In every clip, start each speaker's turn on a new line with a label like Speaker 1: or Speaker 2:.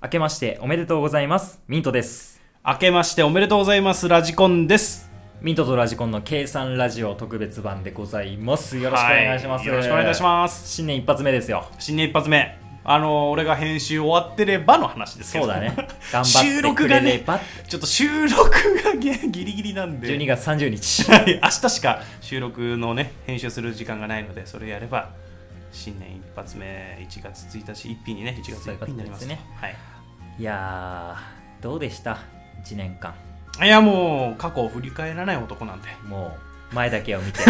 Speaker 1: 明けましておめでとうございます。ミントです。
Speaker 2: 明けましておめでとうございますラジコンです
Speaker 1: ミントとラジコンの計算ラジオ特別版でございます。よろしくお願いします。
Speaker 2: はよろしくお願いいたします
Speaker 1: す。新年一発目ですよ。
Speaker 2: 新年一発目あの俺が編集終わってればの話ですけ
Speaker 1: そ
Speaker 2: ど。
Speaker 1: うだね頑
Speaker 2: 収
Speaker 1: 張って
Speaker 2: 録
Speaker 1: く
Speaker 2: が
Speaker 1: れれ
Speaker 2: ね
Speaker 1: ば。
Speaker 2: ちょっと収録がねギリギリなんで
Speaker 1: 12月30日。
Speaker 2: はい明日しか収録のね編集する時間がないのでそれやれば新年一発目1月1日一品にね1月1日になります
Speaker 1: そういうことですね
Speaker 2: はい
Speaker 1: いやー、どうでした1年間。
Speaker 2: いやもう過去を振り返らない男なんで
Speaker 1: もう、前だけを見て、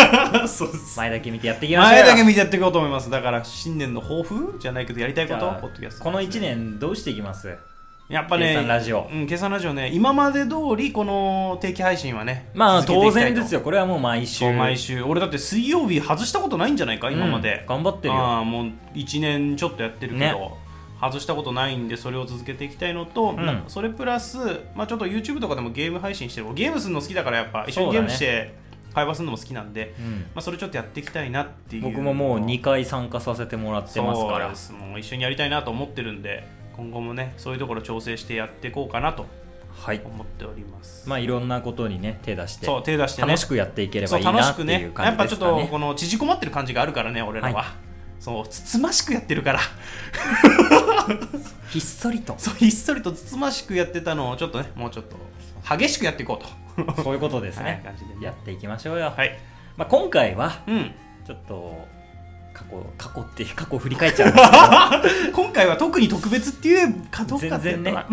Speaker 2: そうです
Speaker 1: 前だけ見てやっていきましょう
Speaker 2: 前
Speaker 1: よ。
Speaker 2: だけ見てやっていこうと思いますだから新年の抱負じゃないけどやりたいこ
Speaker 1: じ
Speaker 2: と
Speaker 1: ゃあ
Speaker 2: ポッドキャスト
Speaker 1: この1年どうしていきます
Speaker 2: やっぱね
Speaker 1: 計算ラジオ
Speaker 2: うん、計算ラジオね今まで通りこの定期配信はね
Speaker 1: まあ
Speaker 2: 続け
Speaker 1: 当
Speaker 2: ていきたい
Speaker 1: 然
Speaker 2: と
Speaker 1: ですよ。これはもう毎
Speaker 2: そ
Speaker 1: 週。
Speaker 2: う毎週俺だって水曜日外したことないんじゃないか今まで、
Speaker 1: うん頑張ってるよ
Speaker 2: ああもう1年ちょっとやってるけど、
Speaker 1: ね
Speaker 2: 外したことないんでそれを続けていきたいのと、
Speaker 1: うん
Speaker 2: なんかそれプラス、まあ、ちょっと YouTube とかでもゲーム配信してるゲームするの好きだからやっぱ一
Speaker 1: そ
Speaker 2: 緒
Speaker 1: う
Speaker 2: に
Speaker 1: だね
Speaker 2: ゲームして会話するのも好きなんで、
Speaker 1: うん
Speaker 2: まあ、それちょっとやっていきたいなっていう
Speaker 1: 僕ももう2回参加させてもらってますから。
Speaker 2: そうですもう一緒にやりたいなと思ってるんで今後もねそういうところ調整してやっていこうかなと
Speaker 1: はい。
Speaker 2: 思っております、
Speaker 1: まあいろんなことにね手出して
Speaker 2: そう手出してね
Speaker 1: 楽しくやっていければ
Speaker 2: そう
Speaker 1: いい
Speaker 2: 楽
Speaker 1: な
Speaker 2: し
Speaker 1: って
Speaker 2: く
Speaker 1: いう
Speaker 2: ね
Speaker 1: 感
Speaker 2: やっ
Speaker 1: じ
Speaker 2: ぱ
Speaker 1: で
Speaker 2: ちょ
Speaker 1: す
Speaker 2: っ
Speaker 1: か
Speaker 2: と
Speaker 1: ね
Speaker 2: この縮こまってる感じがあるからね俺らは、
Speaker 1: はい
Speaker 2: そうつつましくやってるから
Speaker 1: ひっそりと
Speaker 2: そうひっそりとつつましくやってたのをちょっとねもうちょっと激しくやっていこうと
Speaker 1: そういうことです
Speaker 2: はい
Speaker 1: ね
Speaker 2: 感じでね
Speaker 1: やっていきましょうよ
Speaker 2: はい
Speaker 1: まあ今回は
Speaker 2: うん
Speaker 1: ちょっと過去過去って過去を振り返っちゃうんで
Speaker 2: 今回は特に特別っていうか どうか
Speaker 1: すけど全然ね
Speaker 2: は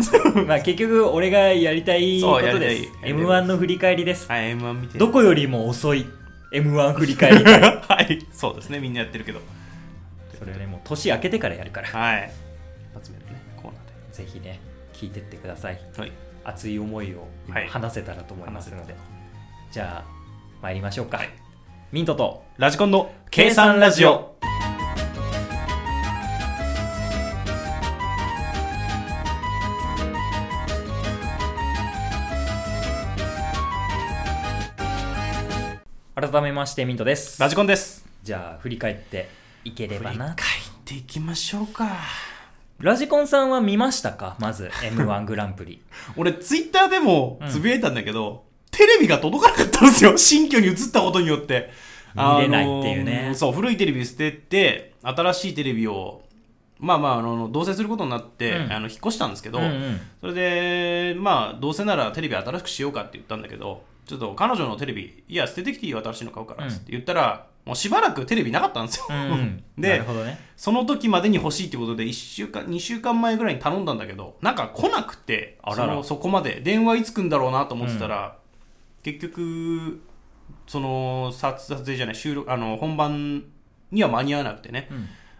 Speaker 1: まあ結局俺がやりたい
Speaker 2: そ
Speaker 1: こ
Speaker 2: うや
Speaker 1: と
Speaker 2: りた
Speaker 1: で
Speaker 2: い
Speaker 1: す
Speaker 2: やりたい
Speaker 1: m 1の振り返りです
Speaker 2: い M1 見て
Speaker 1: どこよりも遅い m 1振り返り
Speaker 2: はいそうですねみんなやってるけど
Speaker 1: それねもう年明けてからやるから
Speaker 2: はい一発目のねコーナ
Speaker 1: ぜひね聞いてってください
Speaker 2: ーではい
Speaker 1: 熱い思いを今
Speaker 2: はい
Speaker 1: 話せたらと思いま
Speaker 2: 話
Speaker 1: す
Speaker 2: せ
Speaker 1: ので、
Speaker 2: たら
Speaker 1: じゃあ参りましょうか、
Speaker 2: はい
Speaker 1: ミントと
Speaker 2: ラジコンの計算ラジオ
Speaker 1: 改めましてミントです
Speaker 2: ラジコンです
Speaker 1: じゃあ振り返っていければな
Speaker 2: ていきましょうか
Speaker 1: ラジコンさんは見ましたかまず m 1グランプリ
Speaker 2: 俺ツイッターでもつぶやいたんだけど、テレビが届かなかったんですよ 新居に移ったことによって
Speaker 1: 見れないっていうね
Speaker 2: あのーそう古いテレビ捨てて新しいテレビをまあまああの同棲することになって、
Speaker 1: うん
Speaker 2: あの引っ越したんですけ ど、
Speaker 1: うんうん
Speaker 2: それでまあどうせならテレビ新しくしようかって言ったんだけどちょっと彼女のテレビいや捨ててきていいよ新しいの買うからっつって言ったら、もうしばらくテレビなかったんですよ、
Speaker 1: うん、うん、な
Speaker 2: で
Speaker 1: るほどね
Speaker 2: その時までに欲しいってことで、1週間、2週間前ぐらいに頼んだんだけど、なんか来なくて、
Speaker 1: あらら
Speaker 2: そのそこまで。電話いつ来んだろうなと思ってたら、結局、その、撮撮影じゃない、収録、あの、本番には間に合わなくてね。
Speaker 1: ん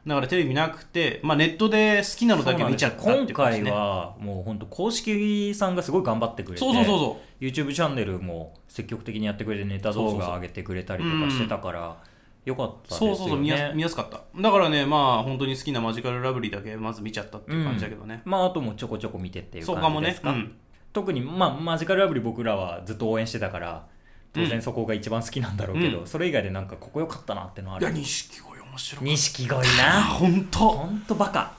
Speaker 2: だからテレビなくて、まあネットで好きなのだけ見ちゃったっていう
Speaker 1: 今
Speaker 2: 感じ、
Speaker 1: 回
Speaker 2: ね、
Speaker 1: はもう本当公式さんがすごい頑張ってくれて
Speaker 2: そうそうそうそう
Speaker 1: YouTube チャンネルも積極的にやってくれてネタ動画上げてくれたりとかしてたからよかったですよね
Speaker 2: そうそうそう見やす、見やすかった。だからね、まあ本当に好きなマジカルラブリーだけまず見ちゃったっていう感じだけどね。
Speaker 1: まああともちょこちょこ見てっていう
Speaker 2: そうか
Speaker 1: 感
Speaker 2: も
Speaker 1: じで
Speaker 2: ね
Speaker 1: す。
Speaker 2: う
Speaker 1: か
Speaker 2: ん。
Speaker 1: 特に、まあ、マジカルラブリー僕らはずっと応援してたから当然そこが一番好きなんだろうけど、
Speaker 2: う
Speaker 1: それ以外でなんかここ良かったなってのあ
Speaker 2: いや、
Speaker 1: る
Speaker 2: 錦鯉面白 い。
Speaker 1: 錦鯉
Speaker 2: あ、
Speaker 1: な
Speaker 2: ほんと。
Speaker 1: ほんとバカ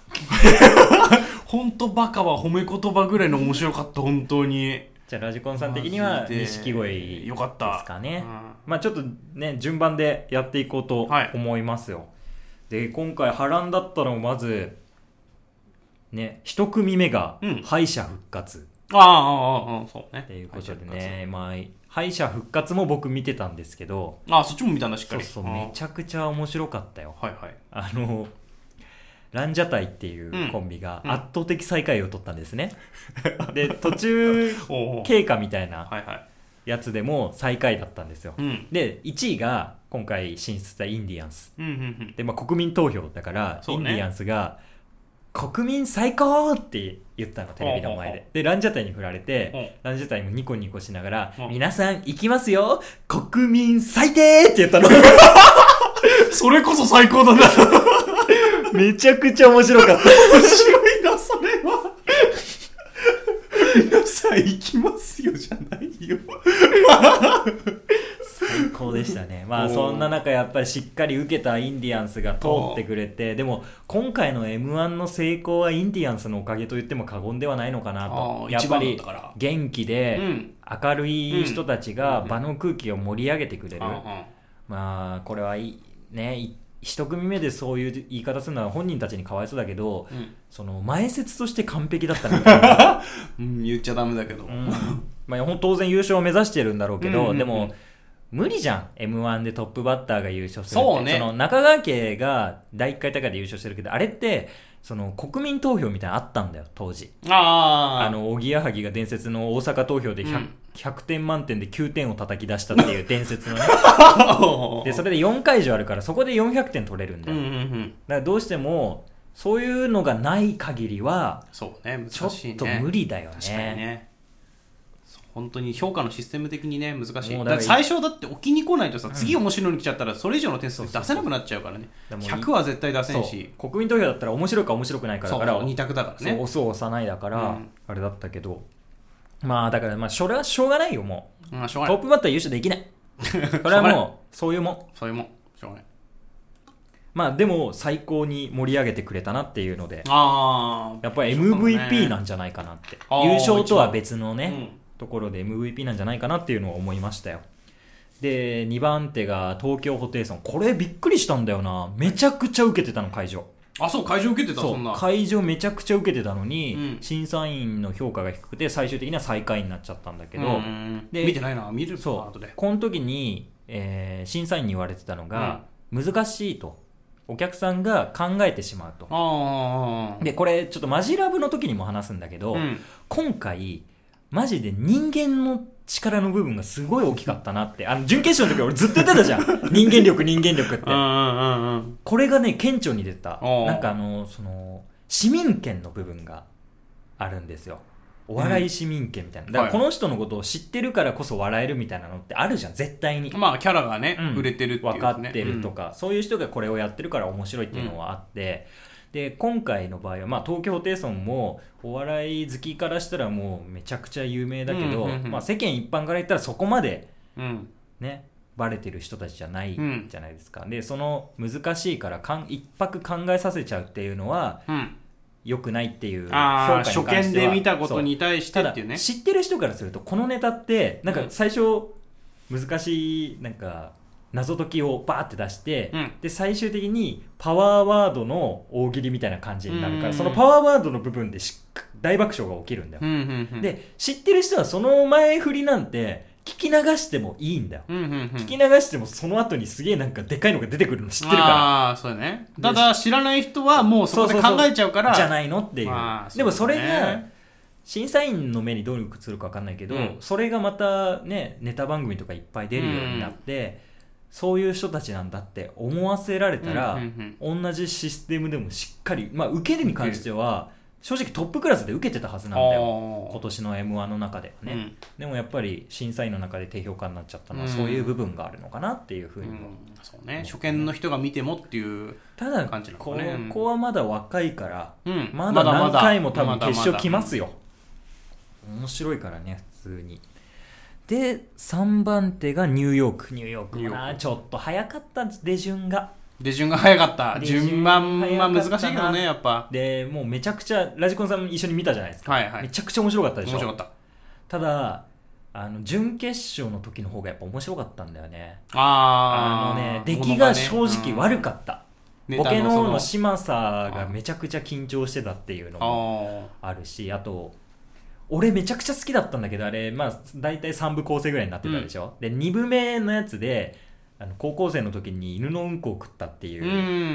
Speaker 2: 本当バカは褒め言葉ぐらいの面白かった本当に
Speaker 1: じゃあラジコンさん的には
Speaker 2: マジで
Speaker 1: 錦鯉
Speaker 2: よかった
Speaker 1: ですかね、
Speaker 2: うん
Speaker 1: まあちょっとね順番でやっていこうと
Speaker 2: はい
Speaker 1: 思いますよ、で今回波乱だったのもまずね一組目が
Speaker 2: うん
Speaker 1: 敗者復活
Speaker 2: ああああああそうね
Speaker 1: っていうことでね、まあ敗者復活も僕見てたんですけど
Speaker 2: ああそっちも見たんだしっか
Speaker 1: そう
Speaker 2: り
Speaker 1: そう
Speaker 2: ああ
Speaker 1: めちゃくちゃ面白かったよ
Speaker 2: はいはい
Speaker 1: あのランジャタイっていうコンビが圧倒的最下位を取ったんです ね、で途中
Speaker 2: おうおう
Speaker 1: 経過みたいな
Speaker 2: はいはい
Speaker 1: やつでも最下位だったんですよ、
Speaker 2: うん
Speaker 1: で1位が今回進出したインディアンス
Speaker 2: うんうんうん
Speaker 1: で、まあ、国民投票だから、
Speaker 2: そ
Speaker 1: イ
Speaker 2: う
Speaker 1: ン
Speaker 2: ね
Speaker 1: ディアンスが「国民最高!」って言ったのテレビの前
Speaker 2: ほうほう
Speaker 1: ででランジャタイに振られ
Speaker 2: ほ
Speaker 1: て
Speaker 2: う
Speaker 1: ランジャタイもニコニコしながら
Speaker 2: ほ
Speaker 1: 「
Speaker 2: う
Speaker 1: 皆さん行きますよ国民最低!」って言ったの
Speaker 2: それこそ最高だな
Speaker 1: めちゃくちゃ面白かった
Speaker 2: 面白いなそれは皆さん行きますよじゃないよ
Speaker 1: 最高でしたね。まあ
Speaker 2: おー
Speaker 1: そんな中やっぱりしっかり受けたインディアンスが通ってくれて、でも今回の M1 の成功はインディアンスのおかげと言っても過言ではないのかなとや
Speaker 2: あ。ー
Speaker 1: っぱ
Speaker 2: 一番だ
Speaker 1: り
Speaker 2: ったから
Speaker 1: 元気で
Speaker 2: うん
Speaker 1: 明るい人たちが場の空気を盛り上げてくれる。まあこれはいいね、い一組目でそういう言い方するのは本人たちにかわいそうだけど、
Speaker 2: うん
Speaker 1: その前説として完璧だったみたい な。
Speaker 2: うん、言っちゃダメだけど、
Speaker 1: まあ、ほん当然優勝を目指してるんだろうけど、
Speaker 2: うんうんうん
Speaker 1: でも無理じゃん m 1でトップバッターが優勝するって
Speaker 2: そうね
Speaker 1: の中川家が第1回大会で優勝してるけどあれってその国民投票みたいなのあったんだよ当時
Speaker 2: あ
Speaker 1: あ
Speaker 2: あの
Speaker 1: のおぎやはぎが伝説の大阪投票で 100,、
Speaker 2: うん
Speaker 1: 100点満点で9点を叩き出したっていう伝説の ねでそれで4会場あるからそこで400点取れるんだ
Speaker 2: うん
Speaker 1: よ、
Speaker 2: うん
Speaker 1: だか
Speaker 2: うん
Speaker 1: らどうしてもそういうのがない限りは
Speaker 2: そうね
Speaker 1: ちょ
Speaker 2: 難
Speaker 1: っ
Speaker 2: しいね
Speaker 1: と無理だよ
Speaker 2: 確かにねそう本当に評価のシステム的にね難しいだ
Speaker 1: もうだから
Speaker 2: から最初だって置きに来ないとさ、次面白いの来ちゃったらそれ以上の点数出せなくなっちゃうからね
Speaker 1: そうそうそう
Speaker 2: 100は絶対出せんし
Speaker 1: そう国民投票だったら面白いか面白くないかだ
Speaker 2: そう
Speaker 1: か
Speaker 2: そう
Speaker 1: ら
Speaker 2: 2択だから
Speaker 1: そう
Speaker 2: ね
Speaker 1: 押す押さないだから、
Speaker 2: うん
Speaker 1: あれだったけどまあだからまあそれはしょうがないよも
Speaker 2: まあしょう
Speaker 1: うト
Speaker 2: が
Speaker 1: ッ
Speaker 2: ない
Speaker 1: プバッター優勝できないこれ はもうそういうもん
Speaker 2: そういうもんしょうがない
Speaker 1: まあでも最高に盛り上げてくれたなっていうので
Speaker 2: ああ
Speaker 1: やっぱり
Speaker 2: そう
Speaker 1: MVP
Speaker 2: ね
Speaker 1: なんじゃないかなって、
Speaker 2: あー
Speaker 1: 優勝とは別のね、
Speaker 2: うん
Speaker 1: ところで MVP なんじゃないかなっていうのは思いましたよで2番手が東京ホテイソンこれびっくりしたんだよなめちゃくちゃ受けてたの会場
Speaker 2: あそう会場受けてた
Speaker 1: そ、
Speaker 2: そうんな
Speaker 1: 会場めちゃくちゃ受けてたのに、
Speaker 2: うん
Speaker 1: 審査員の評価が低くて最終的には最下位になっちゃったんだけど、
Speaker 2: うん
Speaker 1: で
Speaker 2: 見てないな見る
Speaker 1: そ
Speaker 2: な
Speaker 1: う
Speaker 2: 後で
Speaker 1: この時に、えー審査員に言われてたのが、難しいとお客さんが考えてしまうと
Speaker 2: ああ
Speaker 1: でこれちょっとマジラブの時にも話すんだけど、
Speaker 2: うん
Speaker 1: 今回マジで人間の力の部分がすごい大きかったなってあの準決勝の時俺ずっと言ってた じゃん人間力人間力って、
Speaker 2: うんうんうんうん
Speaker 1: これがね顕著に出た
Speaker 2: おう
Speaker 1: なんかあのその市民権の部分があるんですよお笑い市民権みたいな、
Speaker 2: うん
Speaker 1: だから
Speaker 2: は
Speaker 1: こ
Speaker 2: い
Speaker 1: の人のことを知ってるからこそ笑えるみたいなのってあるじゃん絶対に、
Speaker 2: まあキャラがね、
Speaker 1: うん
Speaker 2: 売れてるっていう、
Speaker 1: 分
Speaker 2: ね、
Speaker 1: かってるとか、そういう人がこれをやってるから面白いっていうのはあって、で今回の場合は、まあ、東京ホテイソンもお笑い好きからしたらもうめちゃくちゃ有名だけど、
Speaker 2: うんうんうん
Speaker 1: まあ、世間一般から言ったらそこまで
Speaker 2: うん、うん
Speaker 1: ねバレてる人たちじゃないじゃないですか、でその難しいからかん一泊考えさせちゃうっていうのは
Speaker 2: うん、
Speaker 1: 良くないっていう評
Speaker 2: あ
Speaker 1: 価
Speaker 2: あ
Speaker 1: に関
Speaker 2: 初
Speaker 1: しては
Speaker 2: 見で見たこと
Speaker 1: そう
Speaker 2: に対して
Speaker 1: た
Speaker 2: っ
Speaker 1: だ
Speaker 2: ていうね
Speaker 1: 知ってる人からするとこのネタってなんか
Speaker 2: うん
Speaker 1: 最初難しいなんか謎解きをバーって出して、
Speaker 2: うん
Speaker 1: で最終的にパワーワードの大喜利みたいな感じになるか
Speaker 2: う
Speaker 1: ら
Speaker 2: ん
Speaker 1: そのパワーワードの部分でしっ大爆笑が起きるんだよ、
Speaker 2: うんうんうん、
Speaker 1: で知ってる人はその前振りなんて聞き流してもいいんだよ
Speaker 2: うんうんうん、
Speaker 1: 聞き
Speaker 2: 知
Speaker 1: 流してもその後にすげえなんかでかいのが出てくるの知ってるか
Speaker 2: ああーそうだねただ知らない人はもうそこで
Speaker 1: そうそう
Speaker 2: 考
Speaker 1: そう
Speaker 2: えちゃうから
Speaker 1: らじゃ
Speaker 2: い
Speaker 1: ないのっていう、
Speaker 2: まあそうだね
Speaker 1: でもそれが審査員の目にどうするか分かんないけど、
Speaker 2: うん
Speaker 1: それがまたねネタ番組とかいっぱい出るようになって、そういう人たちなんだって思わせられたら、同じシステムでもしっかりまあ受けるに関しては正直トップクラスで受けてたはずなんだよ今
Speaker 2: よ
Speaker 1: 年の m 1の中ではね、でもやっぱり審査員の中で低評価になっちゃったのは、
Speaker 2: うん
Speaker 1: そういう部分があるのかなっていうふ
Speaker 2: う
Speaker 1: うんにも、
Speaker 2: そうね初見の人が見てもっていう、
Speaker 1: ただ
Speaker 2: 感じなの
Speaker 1: こ
Speaker 2: かねうん
Speaker 1: の子はまだ若いから、
Speaker 2: うん、
Speaker 1: まだ何回も多分
Speaker 2: まだ
Speaker 1: 決
Speaker 2: まだ
Speaker 1: 勝来ますよ。面白いからね、普通に。で、3番手がニューヨーク。ニューヨークも
Speaker 2: ニューヨ
Speaker 1: な、
Speaker 2: ーク
Speaker 1: ちょっと早かった、出順が。
Speaker 2: 出順が早かった
Speaker 1: 出順
Speaker 2: 順番は難
Speaker 1: 早かったな
Speaker 2: しいけどねやっぱ
Speaker 1: で、もうめちゃくちゃ、ラジコンさんも一緒に見たじゃないですか。
Speaker 2: はいは
Speaker 1: め
Speaker 2: い
Speaker 1: ちゃくちゃ面白かったでし
Speaker 2: 面白か
Speaker 1: ょ。
Speaker 2: っ
Speaker 1: た
Speaker 2: た
Speaker 1: だ、あの準決勝の時の方がやっぱ面白かったんだよね。あ
Speaker 2: あ
Speaker 1: の
Speaker 2: ー
Speaker 1: ね、出
Speaker 2: 物
Speaker 1: 来が正直悪かった。
Speaker 2: ねうん
Speaker 1: ボケの王の
Speaker 2: ネ
Speaker 1: 嶋佐がめちゃくちゃ緊張してたっていうの
Speaker 2: タのそ
Speaker 1: も
Speaker 2: の
Speaker 1: あるしあと俺めちゃくちゃ好きだったんだけどあれまあ大体3部構成ぐらいになってたでしょ、で2部目のやつであの高校生の時に犬のうんこを食ったって
Speaker 2: あ
Speaker 1: い
Speaker 2: ー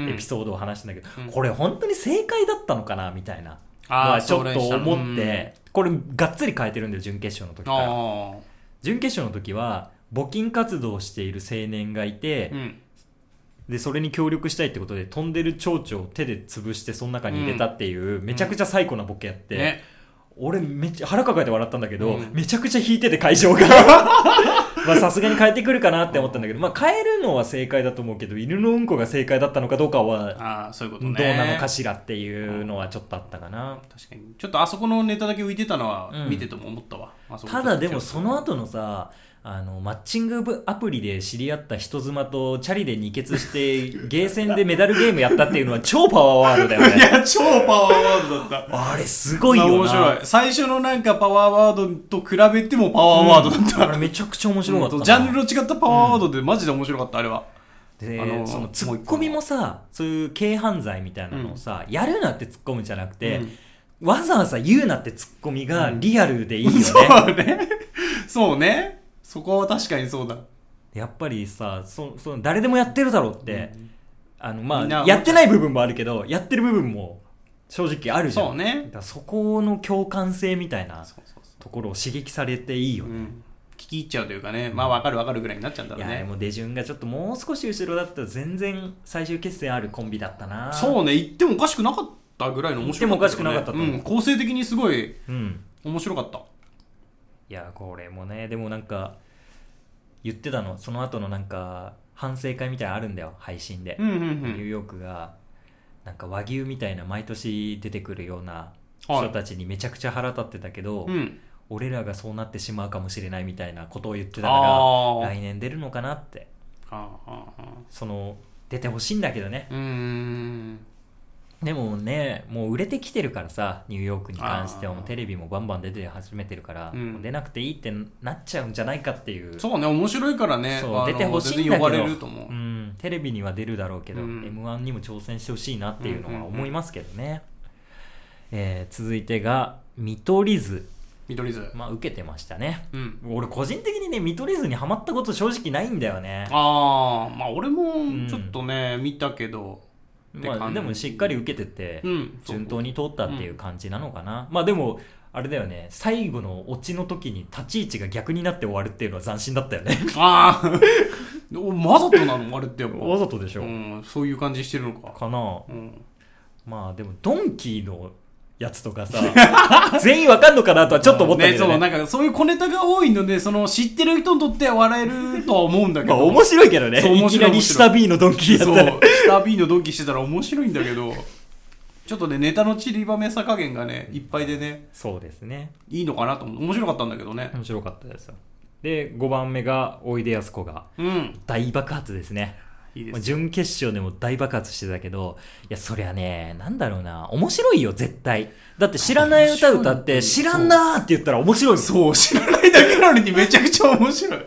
Speaker 1: う
Speaker 2: うん
Speaker 1: エピソードを話したんだけど、
Speaker 2: うん
Speaker 1: これ本当に正解だったのかなみたいなの
Speaker 2: あ
Speaker 1: は
Speaker 2: ー
Speaker 1: ちょっと
Speaker 2: そ
Speaker 1: 思っ
Speaker 2: れで
Speaker 1: てこれがっつり変えてるんだよ準決勝の時
Speaker 2: した
Speaker 1: か
Speaker 2: うん
Speaker 1: ら
Speaker 2: あ
Speaker 1: 準決勝の時は募金活動をしている青年がいて、
Speaker 2: ーうん
Speaker 1: でそれに協力したいってことで飛んでる蝶々を手で潰してその中に入れたっていう、めちゃくちゃ最高なボケやって、
Speaker 2: ね
Speaker 1: 俺めっちゃ腹抱えて笑ったんだけど、
Speaker 2: うん
Speaker 1: めちゃくちゃ引いてて会場が まあさすがに変えてくるかなって思ったんだけど、まあ、変えるのは正解だと思うけど犬のうんこが正解だったのかどうかは
Speaker 2: ああそういうこと
Speaker 1: どう
Speaker 2: ね
Speaker 1: なのかしらっていうのはちょっとあったかな、
Speaker 2: 確かにちょっとあそこのネタだけ浮いてたのは
Speaker 1: うん
Speaker 2: 見てても思ったわ、あそこ
Speaker 1: ただでもその後のさあのマッチングアプリで知り合った人妻とチャリで二血 してゲーセンでメダルゲームやったっていうのは超パワーワードだよ
Speaker 2: い
Speaker 1: ね
Speaker 2: や、超パワーワードだった。
Speaker 1: あれすごいよな
Speaker 2: 面白い。最初のなんかパワーワードと比べてもパワーワードだった。
Speaker 1: あれめちゃくちゃ面白かったな、
Speaker 2: ジャンルの違ったパワーワードでマジで面白かった、あれは。
Speaker 1: で、
Speaker 2: あの
Speaker 1: そのツッコミもさそういう軽犯罪みたいなのをさ、やるなってツッコむんじゃなくて、わざわざ言うなってツッコミがリアルでいいよね、
Speaker 2: そうね。そうね。そこは確かにそうだ。
Speaker 1: やっぱりさそその誰でもやってるだろうって、あのま
Speaker 2: みんな思
Speaker 1: あ
Speaker 2: っちゃう
Speaker 1: やってない部分もあるけどやってる部分も正直あるじゃん
Speaker 2: そうね
Speaker 1: だからそこの共感性みたいな
Speaker 2: そうそうそ
Speaker 1: ところを刺激されていいよ
Speaker 2: う。
Speaker 1: ね、
Speaker 2: ん。聞き入っちゃうというかね、まあわかるわかるぐらいになっちゃうんだ
Speaker 1: い
Speaker 2: ろう
Speaker 1: やで
Speaker 2: ね。
Speaker 1: も出順がちょっともう少し後ろだったら全然最終決戦あるコンビだったな
Speaker 2: そうね、言ってもおかしくなかったぐらいの面白かったよね、
Speaker 1: 言ってもおかしくなかったと
Speaker 2: う、
Speaker 1: 思うん
Speaker 2: 構成的にすごい
Speaker 1: うん
Speaker 2: 面白かった。
Speaker 1: いやこれもねでもなんか言ってたのその後のなんか反省会みたいなのあるんだよ配信で、
Speaker 2: うんうんう
Speaker 1: ニュー
Speaker 2: ん。
Speaker 1: ヨークがなんか和牛みたいな毎年出てくるような人たちにめちゃくちゃ腹立ってたけど、
Speaker 2: うん。
Speaker 1: 俺らがそうなってしまうかもしれないみたいなことを言ってたか
Speaker 2: あ
Speaker 1: ら
Speaker 2: ー
Speaker 1: 来年出るのかなって
Speaker 2: あーあーあ
Speaker 1: その出てほしいんだけどね
Speaker 2: ーうーん。
Speaker 1: でもねもう売れてきてるからさニューヨークに関しては
Speaker 2: あー
Speaker 1: もうテレビもバンバン出て始めてるから、
Speaker 2: うん
Speaker 1: もう出なくていいってなっちゃうんじゃないかっていう
Speaker 2: そうね、面白いからね、
Speaker 1: そう
Speaker 2: あの
Speaker 1: 出てほしいんだけど
Speaker 2: 全然呼ばれると思う。
Speaker 1: ん、テレビには出るだろうけど、
Speaker 2: うん
Speaker 1: m 1にも挑戦してほしいなっていうのは
Speaker 2: うんうんうん
Speaker 1: 思いますけどね、えー続いてが見取り図
Speaker 2: 見取り図。
Speaker 1: まあ受けてましたね
Speaker 2: うん。
Speaker 1: 俺個人的にね見取り図にはまったこと正直ないんだよね
Speaker 2: ああ、まあ俺もちょっとね、見たけど、って
Speaker 1: まあ、
Speaker 2: 感じ
Speaker 1: でもしっかり受けてて、
Speaker 2: うん。
Speaker 1: 順当に通ったっていう感じなのかな、まあでもあれだよね最後のオチの時に立ち位置が逆になって終わるっていうのは斬新だったよ ね
Speaker 2: ああ わざとなのあれってやっぱ、
Speaker 1: わざとでしょ、
Speaker 2: うん、そういう感じしてるのか、
Speaker 1: かな
Speaker 2: うん、
Speaker 1: まあでもドンキーのやつとかさ 全員わかんのかなとはちょっと思ったけどね
Speaker 2: そうなんかそういう小ネタが多いのでその知ってる人にとっては笑えるとは思うんだけ
Speaker 1: まあ
Speaker 2: ど、
Speaker 1: 面白いけどね
Speaker 2: そう
Speaker 1: い
Speaker 2: 面
Speaker 1: き
Speaker 2: 白
Speaker 1: ないり下 B のドンキーやったら
Speaker 2: そう下 B のドンキしてたら面白いんだけどちょっとねネタの散りばめさ加減がねいっぱいでね
Speaker 1: そうですね
Speaker 2: いいのかなと思う面白かったんだけどね
Speaker 1: 面白かったですよで5番目がおいでやすこが
Speaker 2: うん
Speaker 1: 大爆発ですね
Speaker 2: いいで
Speaker 1: まあ
Speaker 2: す
Speaker 1: 準決勝でも大爆発してたけどいやそりゃねなんだろうな面白いよ絶対だって知らない歌歌って
Speaker 2: 面
Speaker 1: 知
Speaker 2: 白い
Speaker 1: らんなーって言ったら面白いもん
Speaker 2: そう知らないだけなのにめちゃくちゃ面白い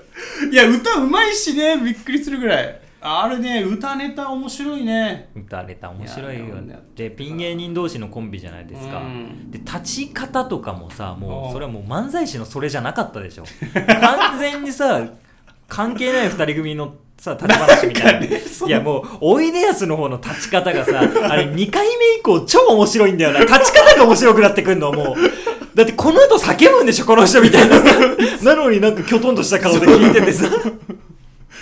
Speaker 2: いや歌うまいしねびっくりするぐらいあれね歌ネタ面白いね
Speaker 1: 歌ネタ面白い
Speaker 2: い
Speaker 1: よ
Speaker 2: やいや
Speaker 1: でピン芸人同士のコンビじゃないですか、
Speaker 2: うん
Speaker 1: で立ち方とかもさも
Speaker 2: あ
Speaker 1: う
Speaker 2: あ
Speaker 1: それはもう漫才師のそれじゃなかったでしょ完全にさ 関係ない二人組のさ立ち話みたいな
Speaker 2: そう
Speaker 1: いやもうおいでやすの方の立ち方がさあれ2回目以降超面白いんだよな立ち方が面白くなってくんのもうだってこの後叫ぶんでしょこの人みたい なさなのになんかきょとんとした顔で聞いててさ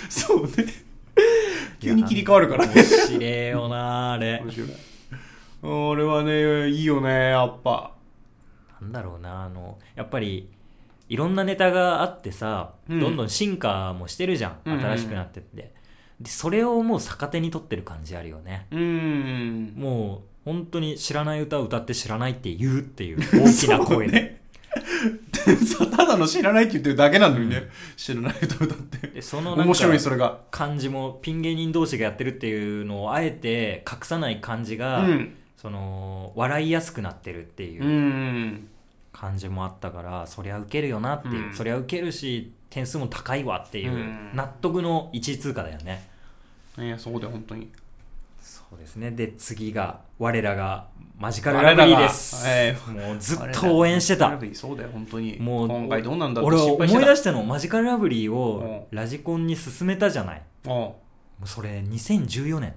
Speaker 2: そうね 急に切り替わるからね
Speaker 1: 面白えよなあれ
Speaker 2: 面白い俺はねいいよねやっぱ
Speaker 1: なんだろうなあのやっぱりいろんなネタがあってさ、
Speaker 2: うん
Speaker 1: どんどん進化もしてるじゃん
Speaker 2: うんうんうん
Speaker 1: 新しくなってって、でそれをもう逆手に取ってる感じあるよね
Speaker 2: うん
Speaker 1: もう本当に知らない歌を歌って知らないって言うって いう大きな声で,、
Speaker 2: そう ただの知らないって言ってるだけなのにね、知らない歌歌って
Speaker 1: でそのなん
Speaker 2: 面白いそ
Speaker 1: か
Speaker 2: れが
Speaker 1: 感じもピン芸人同士がやってるっていうのをあえて隠さない感じ
Speaker 2: う
Speaker 1: が、
Speaker 2: ん
Speaker 1: その笑いやすくなってるっていううん感じもあったからそりゃ受けるよなっていう、
Speaker 2: うん
Speaker 1: そりゃ受けるし点数も高いわっていう、
Speaker 2: うん
Speaker 1: 納得の1位通過だよね
Speaker 2: いやそうだよ本当に
Speaker 1: そうですねで次が我らがマジカルラ
Speaker 2: 我ら
Speaker 1: ブ
Speaker 2: が
Speaker 1: リーです、
Speaker 2: え
Speaker 1: もうずっと応援して
Speaker 2: ラ
Speaker 1: た
Speaker 2: ブリーそうだよ本当に
Speaker 1: もう
Speaker 2: 今回どうなんだろう
Speaker 1: 俺は思い出
Speaker 2: し
Speaker 1: したのマジカルラブリーをラジコンに勧めたじゃない
Speaker 2: たうん
Speaker 1: もうそれ2014年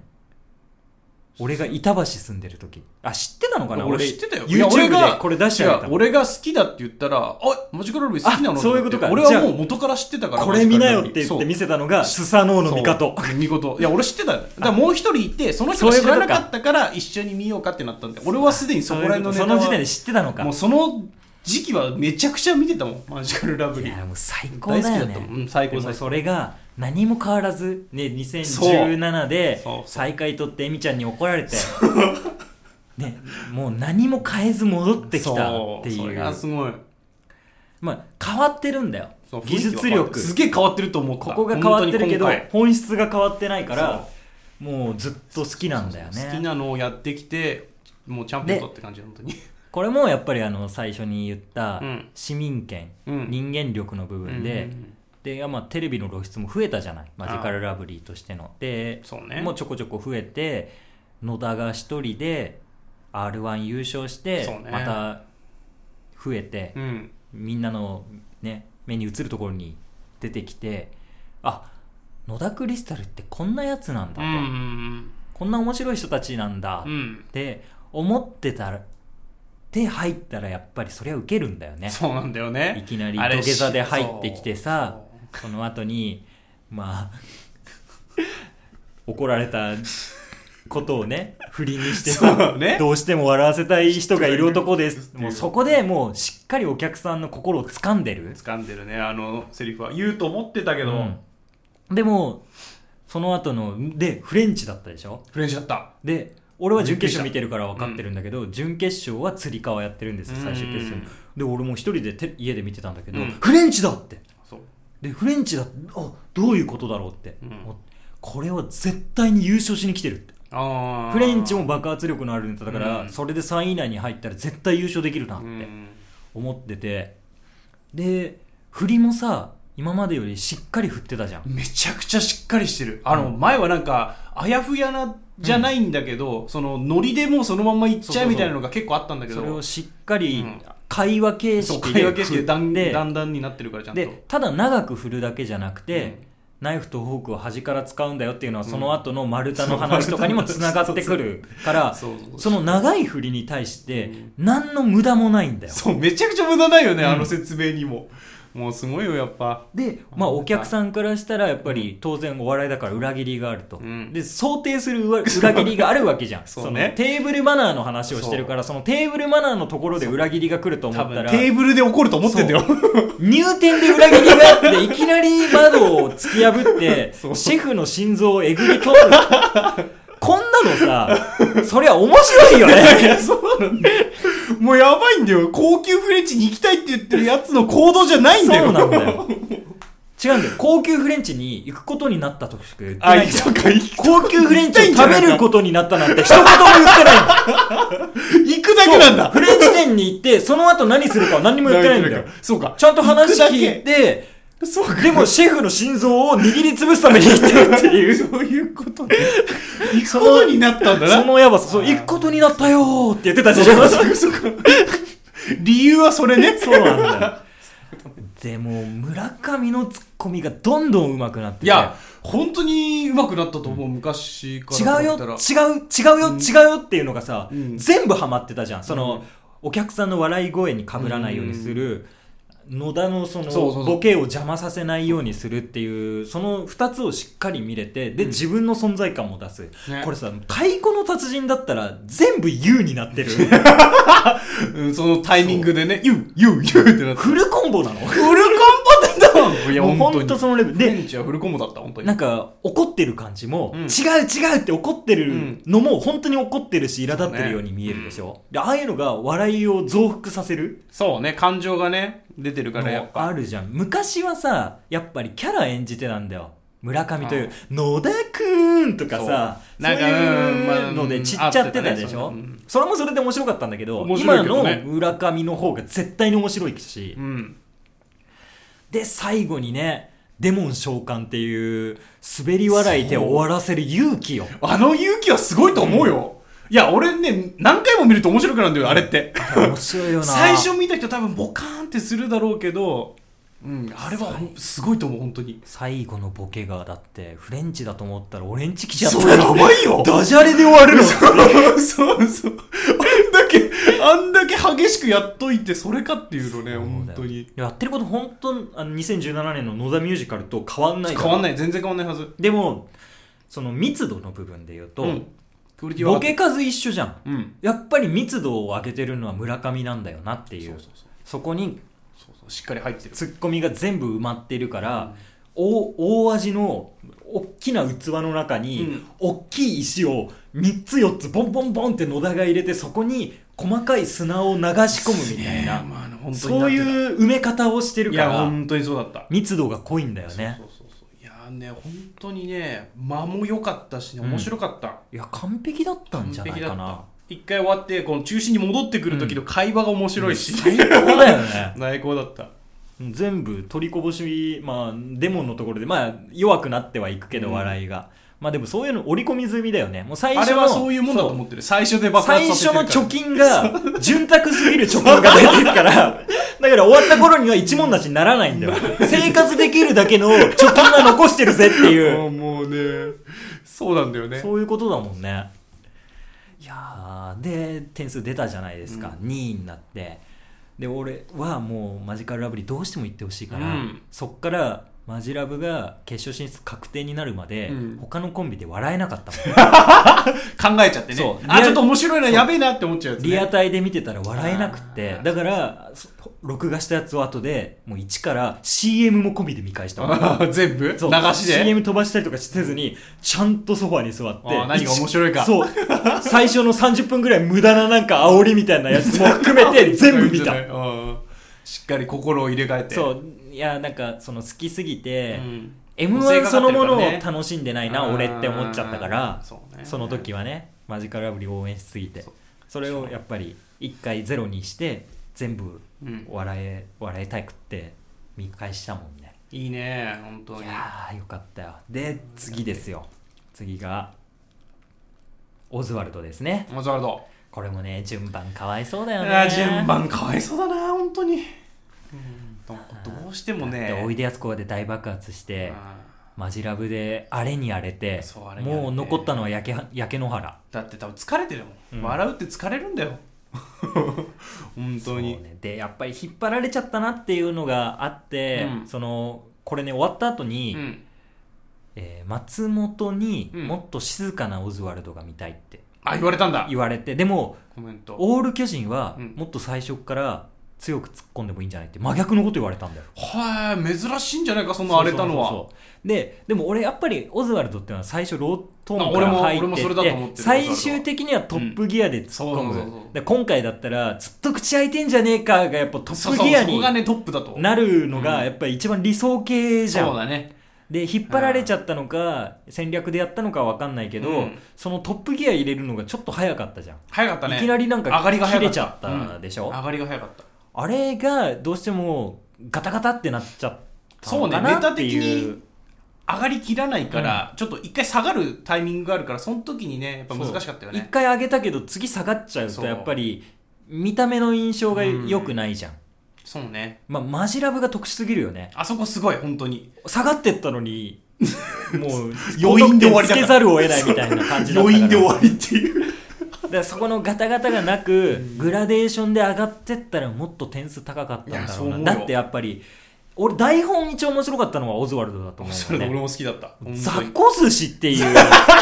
Speaker 1: 俺が板橋住んでる時あ知ってたのかな
Speaker 2: 俺知ってたよ。いや
Speaker 1: YouTube でこれ出してあげ
Speaker 2: 違
Speaker 1: た
Speaker 2: う俺が好きだって言ったら、あ、マジカルラブリー好きな
Speaker 1: あ
Speaker 2: の
Speaker 1: そういうことか
Speaker 2: 俺
Speaker 1: じ
Speaker 2: は
Speaker 1: ゃあ
Speaker 2: もう元から知ってたから。
Speaker 1: これ見なよって言
Speaker 2: そ
Speaker 1: っ
Speaker 2: う
Speaker 1: て見せたのがスサノオの味方
Speaker 2: そう。味方。いや、俺知ってたよ。だからもう一人いて、その人が
Speaker 1: そうい
Speaker 2: 知
Speaker 1: うこと
Speaker 2: ら
Speaker 1: か
Speaker 2: なかったから一緒に見ようかってなったんで、俺はすでにそこら辺のネタ
Speaker 1: そ
Speaker 2: は
Speaker 1: の時点で知ってたのか
Speaker 2: もうその時期はめちゃくちゃ見て たもん、マジカルラブ
Speaker 1: い
Speaker 2: リ
Speaker 1: や
Speaker 2: ー。
Speaker 1: もう最高だよ
Speaker 2: 大好きだったもんう
Speaker 1: ね
Speaker 2: ん最高
Speaker 1: でも
Speaker 2: 最高
Speaker 1: それが何も変わらず、ね、2017で
Speaker 2: そうそうそう
Speaker 1: 最下位取ってエミちゃんに怒られて、ね、もう何も変えず戻ってきたって
Speaker 2: そそ
Speaker 1: い
Speaker 2: れ
Speaker 1: う
Speaker 2: がすごい。
Speaker 1: まあ変わってるんだよ
Speaker 2: その雰囲気
Speaker 1: 技
Speaker 2: は
Speaker 1: 術力
Speaker 2: すげえ変わってると思う
Speaker 1: ここが変わってるけど
Speaker 2: だ
Speaker 1: 本質が変わってないからもうずっと好きなんだよね
Speaker 2: 好きなのをやってきてもうチャンピオンだって感じ本当に
Speaker 1: これもやっぱりあの最初に言った
Speaker 2: うん
Speaker 1: 市民権、
Speaker 2: うん
Speaker 1: 人間力の部分で、
Speaker 2: うん
Speaker 1: でまあテレビの露出も増えたじゃないマジカルラブリーとしてので
Speaker 2: そうね
Speaker 1: もうちょこちょこ増えて野田が一人で r 1優勝して、
Speaker 2: そうね
Speaker 1: また増えて
Speaker 2: う、ん
Speaker 1: みんなの、ね、目に映るところに出てきてあ野田クリスタルってこんなやつなんだと、
Speaker 2: うん
Speaker 1: こんな面白い人たちなんだ
Speaker 2: う
Speaker 1: っ
Speaker 2: ん
Speaker 1: て思ってたらで入ったらやっぱりそりゃウケるんだよね
Speaker 2: そうなんだよ
Speaker 1: い
Speaker 2: ね
Speaker 1: きなり
Speaker 2: あれ
Speaker 1: 土下座で入ってきてさ
Speaker 2: そう
Speaker 1: その後にまあ怒られたことをね振りにして
Speaker 2: そ
Speaker 1: さ、
Speaker 2: うね
Speaker 1: どうしても笑わせたい人がいる男です
Speaker 2: 人がいる
Speaker 1: もうそこでもうしっかりお客さんの心を掴んでる
Speaker 2: 掴んでるねあのセリフは言うと思ってたけど、
Speaker 1: うんでもその後のでフレンチだったでしょ
Speaker 2: フレンチだった
Speaker 1: で俺は準決勝見てるから分かってるんだけど、準決勝はつり革やってるんですよ最終決
Speaker 2: う
Speaker 1: 戦
Speaker 2: ん
Speaker 1: で俺も一人でて家で見てたんだけど、
Speaker 2: うん
Speaker 1: フレンチだって
Speaker 2: そう
Speaker 1: でフレンチだあどういうことだろうって、
Speaker 2: うん
Speaker 1: もうこれは絶対に優勝しに来てるって
Speaker 2: あー
Speaker 1: フレンチも爆発力のあるネタだから、
Speaker 2: うん
Speaker 1: それで3位以内に入ったら絶対優勝できるなっ
Speaker 2: う
Speaker 1: て
Speaker 2: ん
Speaker 1: 思っててで振りもさ今までよりしっかり振ってたじゃん
Speaker 2: めちゃくちゃしっかりしてるあの、前はなんかあやふやなじゃないんだけど、そのノリでもうそのまんま行っちゃうみたいなのが結構あったんだけど
Speaker 1: それをしっかり
Speaker 2: うん
Speaker 1: 会話形
Speaker 2: そう
Speaker 1: 式
Speaker 2: 会
Speaker 1: で
Speaker 2: 話形式でだん
Speaker 1: で
Speaker 2: だんだんになってるからちゃんと
Speaker 1: でただ長く振るだけじゃなくて、
Speaker 2: うん
Speaker 1: ナイフとフォークを端から使うんだよっていうのは
Speaker 2: うん
Speaker 1: その後の丸太の話とかにもつながってくるから
Speaker 2: そうそうそう
Speaker 1: その長い振りに対して何の無駄もないんだよ。
Speaker 2: そうめちゃくちゃ無駄ないよね、
Speaker 1: うん
Speaker 2: あの説明にももうすごいよやっぱ
Speaker 1: で、まあ、お客さんからしたらやっぱり当然お笑いだから裏切りがあると、
Speaker 2: うん
Speaker 1: で想定する裏裏切りがあるわけじ ゃん
Speaker 2: そうね
Speaker 1: のテーブルマナーの話をしてるからそのテーブルマナーのところで裏切りが来ると思
Speaker 2: 多
Speaker 1: った
Speaker 2: 分
Speaker 1: ら
Speaker 2: テーブルで怒ると思ってんだよ
Speaker 1: 入店で裏切りがあって、いきなり窓を突き破 って、
Speaker 2: そう
Speaker 1: シェフの心臓をえぐ り取る。こんなのさ、そりゃ面白いよね。
Speaker 2: いやそうなんだよもうやばいんだよ高級フレンチに行きたいって言ってるやつの行動じゃないんだよ
Speaker 1: そうなん だよ。違うんだよ。高級フレンチに行くことになったとしか言ってな
Speaker 2: あ
Speaker 1: いんだよ
Speaker 2: そうか行く
Speaker 1: 高級フレンチを
Speaker 2: 行
Speaker 1: 食
Speaker 2: きたいんじ
Speaker 1: べ
Speaker 2: ゃないか
Speaker 1: ることになったなんて一言も言ってないんだよ。
Speaker 2: 行くだけなんだ
Speaker 1: フレンチ店に行って、その後何するかは何も言ってないんだよ。
Speaker 2: そうか
Speaker 1: ちゃんと話
Speaker 2: 行くだけ
Speaker 1: 聞いて、
Speaker 2: そうか
Speaker 1: でもシェフの心臓を握りつぶすために行ってるっていう。
Speaker 2: そういうことね行く
Speaker 1: そ
Speaker 2: こ
Speaker 1: の
Speaker 2: とになったんだ
Speaker 1: そ
Speaker 2: な
Speaker 1: のやばさ、そう、行くことになったよーって言ってたでしょ。
Speaker 2: そうかそうか理由はそれね
Speaker 1: そうなんだよ。でも、村上のツッコミがどんどん上手くなってて
Speaker 2: いや、本当に上手くなったと思う、昔か
Speaker 1: 違う
Speaker 2: ら
Speaker 1: よ、違
Speaker 2: 比べたら
Speaker 1: う、違うよ、違うよっていうのがさ、
Speaker 2: うん
Speaker 1: 全部ハマってたじゃん。その、
Speaker 2: うん
Speaker 1: お客さんの笑い声に被らないようにする。野田のその
Speaker 2: そうそうそう
Speaker 1: ボケを邪魔させないようにするっていうその2つをしっかり見れてで、
Speaker 2: うん
Speaker 1: 自分の存在感も出す、
Speaker 2: ね
Speaker 1: これさ太鼓の達人だったら全部 U になって る
Speaker 2: うん、そのタイミングでね、ゆう、ゆう、ゆうってなって。
Speaker 1: フルコンボなの
Speaker 2: フルコンボだったいや、
Speaker 1: もう
Speaker 2: 本当
Speaker 1: 本
Speaker 2: に。
Speaker 1: 当 そのレベル
Speaker 2: フレ
Speaker 1: で
Speaker 2: ンチはフルコンボだった、本当に。
Speaker 1: なんか怒ってる感じも、
Speaker 2: うん
Speaker 1: 違う違うって怒ってるのも本当に怒ってるし苛立ってるように見えるでしょ、でああいうのが笑いを増幅させる
Speaker 2: そうね、感情がね、出てるからや
Speaker 1: の
Speaker 2: っぱ。
Speaker 1: あるじゃん昔はさやっぱりキャラ演じてなんだよ村上という野田くんとかさ
Speaker 2: そう
Speaker 1: そう
Speaker 2: なんかうんまあ
Speaker 1: いううんのでちっちゃってたでし
Speaker 2: 合
Speaker 1: ょ
Speaker 2: ってたねそううん
Speaker 1: それもそれで面白かったんだけど
Speaker 2: 面白
Speaker 1: 今
Speaker 2: いけど
Speaker 1: の
Speaker 2: ね
Speaker 1: 村上の方が絶対に面白いし
Speaker 2: うん。
Speaker 1: で最後にねデモン召喚っていう滑り笑いで終わらせる勇気よ
Speaker 2: あの勇気はすごいと思うよ。いや、俺ね、何回も見ると面白くなるんだよ、あれって。
Speaker 1: 面白いよな
Speaker 2: 最初見た人多分ボカーンってするだろうけど、うん、あれはすごいと思う、本当に。
Speaker 1: 最後のボケがだってフレンチだと思ったら俺んち来ちゃった
Speaker 2: それやばいよ
Speaker 1: ダジャレで終わる の
Speaker 2: そうそうそう。あんだけ、あんだけ激しくやっといて、それかっていうのね、本当に。
Speaker 1: やってること本当あの2017年の野田ミュージカルと変わんない
Speaker 2: 変わん
Speaker 1: い
Speaker 2: ない、全然変わんないはず。
Speaker 1: でもその密度の部分で言うと、
Speaker 2: うんクオリティは
Speaker 1: ボケ数一緒じゃん
Speaker 2: うん。
Speaker 1: やっぱり密度を上げてるのは村上なんだよなっていう
Speaker 2: そ
Speaker 1: そう
Speaker 2: そうそう。
Speaker 1: こに
Speaker 2: そうそうしっかり入ってる。
Speaker 1: ツッコミが全部埋まってるから、大大味の大きな器の中に、
Speaker 2: うん
Speaker 1: 大きい石を3つ4つボンボンボンって野田が入れてそこに細かい砂を流し込むみたいな、
Speaker 2: ねえまああの本当に
Speaker 1: そう
Speaker 2: なって
Speaker 1: いう埋め方をして
Speaker 2: た
Speaker 1: る
Speaker 2: い
Speaker 1: か
Speaker 2: や
Speaker 1: ら
Speaker 2: 本当にそうだった
Speaker 1: 密度が濃いんだよね
Speaker 2: そうそうそうそういやーね本当にね間も良かったしね
Speaker 1: うん
Speaker 2: 面白かった、
Speaker 1: いや完璧だったんじゃ
Speaker 2: 完
Speaker 1: ない
Speaker 2: 璧だ
Speaker 1: か
Speaker 2: っ
Speaker 1: な
Speaker 2: た一回終わってこの中心に戻ってくる時の会話が面白いし、
Speaker 1: 最 高だよね
Speaker 2: 内向だった
Speaker 1: 全部取りこぼし、まあ、デモのところで、まあ、弱くなってはいくけど、
Speaker 2: うん
Speaker 1: 笑いが。まあでもそういうの織り込み済みだよね。もう最
Speaker 2: あ
Speaker 1: 初
Speaker 2: れ
Speaker 1: の、
Speaker 2: はそういうもんだと思ってる最初で爆
Speaker 1: 最
Speaker 2: 発
Speaker 1: 初
Speaker 2: させてる
Speaker 1: の
Speaker 2: から
Speaker 1: 貯金が、潤沢すぎる貯金が出てるから、 だから終わった頃には一文なしにならない んだよ。生活できるだけの貯金が残してるぜっていう。
Speaker 2: あーもうねそうなんだよね
Speaker 1: そういうことだもんね。いやーで、点数出たじゃないですか。2位になって。で、俺はもうマジカルラブリーどうしても行ってほしいから、
Speaker 2: うん
Speaker 1: そっからマジラブが決勝進出確定になるまで、
Speaker 2: うん
Speaker 1: 他のコンビで笑えなかったもん。
Speaker 2: 考えちゃってね
Speaker 1: そう
Speaker 2: あちょっと面白いなやべえなって思っちゃうやつ、ね、
Speaker 1: リアタイで見てたら笑えなくって
Speaker 2: あ、ー
Speaker 1: だから、そ録画したやつを後で、もう一から CM も込みで見返したもん。
Speaker 2: あー全部 流
Speaker 1: そう
Speaker 2: しで
Speaker 1: CM 飛ばしたりとかせずにちゃんとソファに座って
Speaker 2: あー何が面白いか
Speaker 1: そう 最初の30分ぐらい無駄ななんか煽りみたいなやつも含めて全部見た
Speaker 2: うんしっかり心を入れ替えて
Speaker 1: そういやなんかその好きすぎ
Speaker 2: う
Speaker 1: て、
Speaker 2: ん
Speaker 1: m
Speaker 2: 性
Speaker 1: 1
Speaker 2: 格
Speaker 1: そのものを
Speaker 2: だったりとかね
Speaker 1: 楽しんでないな俺って思っちゃったから
Speaker 2: あーそうね
Speaker 1: その時はねマジカルラブリーを応援しすぎて
Speaker 2: そう
Speaker 1: それをやっぱり一回ゼロにして全部
Speaker 2: うん
Speaker 1: 笑え笑いたくって見返したもんね
Speaker 2: いいね本当
Speaker 1: い
Speaker 2: に
Speaker 1: やーよかったよで次ですよ次がオズワルドですね
Speaker 2: モザルド
Speaker 1: これもね順番かわいそうだよね
Speaker 2: あー順番かわいそうだな本当にうんなんかどうしても
Speaker 1: でお
Speaker 2: ね
Speaker 1: いでやすこがで大爆発して
Speaker 2: あ
Speaker 1: マジラブであれに荒れて
Speaker 2: そうあれに荒れ
Speaker 1: も
Speaker 2: て
Speaker 1: う残ったのは焼け焼け野原
Speaker 2: ーだって多分疲れてるもん、
Speaker 1: うん
Speaker 2: 笑うって疲れるん だよ本当に
Speaker 1: そうね、でやっぱり引っ張られちゃったなっていうのがあって、
Speaker 2: うん
Speaker 1: そのこれね終わった後に、
Speaker 2: うん
Speaker 1: えー松本に
Speaker 2: うん
Speaker 1: もっと静かなオズワルドが見たいって
Speaker 2: あ言われたんだ
Speaker 1: 言われてでも
Speaker 2: コメント
Speaker 1: オール巨人は
Speaker 2: うん
Speaker 1: もっと最初から強く突っ込んでもいいんじゃないって真逆のこと言われたんだよ
Speaker 2: はい珍しいんじゃないかそんな荒れたのは
Speaker 1: そうそうそうそうででも俺やっぱりオズワルドっていうのは最初ロートーンか
Speaker 2: あ俺
Speaker 1: ら
Speaker 2: も
Speaker 1: 入
Speaker 2: 俺も
Speaker 1: っ
Speaker 2: それだと思ってて
Speaker 1: て
Speaker 2: る
Speaker 1: 最終的にはトップギアで突っ込
Speaker 2: うん
Speaker 1: む
Speaker 2: そうそうそうそう
Speaker 1: で今回だったらずっと口開いてんじゃねえかがやっぱト
Speaker 2: そう
Speaker 1: ッ
Speaker 2: そ
Speaker 1: プ
Speaker 2: う
Speaker 1: ギア
Speaker 2: そこ
Speaker 1: に
Speaker 2: がねトップだと
Speaker 1: なるの
Speaker 2: う
Speaker 1: が
Speaker 2: ん
Speaker 1: やっぱり一番理想形じゃ
Speaker 2: そうんだね
Speaker 1: で引っ張られちゃったのか戦略でやったのかわかんないけど、
Speaker 2: うん
Speaker 1: そのトップギア入れるのがちょっと早かったじゃん
Speaker 2: 早かったね
Speaker 1: いきなりなんか
Speaker 2: 上がりが早か
Speaker 1: 切れちゃったでしょ
Speaker 2: うん上がりが早かった
Speaker 1: あれがどうしてもガタガタってなっちゃった
Speaker 2: そう
Speaker 1: の
Speaker 2: ね
Speaker 1: か
Speaker 2: ネ
Speaker 1: な
Speaker 2: タ
Speaker 1: って
Speaker 2: 的
Speaker 1: いう
Speaker 2: に上がりきらないから、ちょっと一回下がるタイミングがあるからその時にねやっぱ難しかった
Speaker 1: そ
Speaker 2: よ
Speaker 1: う一
Speaker 2: ね
Speaker 1: 回上げたけど次下がっちゃう
Speaker 2: そ
Speaker 1: と
Speaker 2: う
Speaker 1: やっぱり見た目の印象が良くないじゃん、
Speaker 2: そうね
Speaker 1: まあ、マジラブが特殊すぎるよね
Speaker 2: あそこすごい本当に
Speaker 1: 下がってったの にもう
Speaker 2: 余韻で終わり
Speaker 1: 高得
Speaker 2: だから
Speaker 1: 点つけざるを得ないみたいな感じだった から
Speaker 2: 余韻で終わりっていう
Speaker 1: だからそこのガタガタがなくグラデーションで上がってったらもっと点数高かったん
Speaker 2: いや
Speaker 1: だ
Speaker 2: そ
Speaker 1: ろ
Speaker 2: う
Speaker 1: う
Speaker 2: 思
Speaker 1: な
Speaker 2: うよ
Speaker 1: だってやっぱり俺台本一応面白かったのはオズワルドだと思
Speaker 2: そうれ
Speaker 1: んだ
Speaker 2: で
Speaker 1: よ
Speaker 2: 俺
Speaker 1: ね
Speaker 2: も好きだった本当に
Speaker 1: ザコ寿司っていう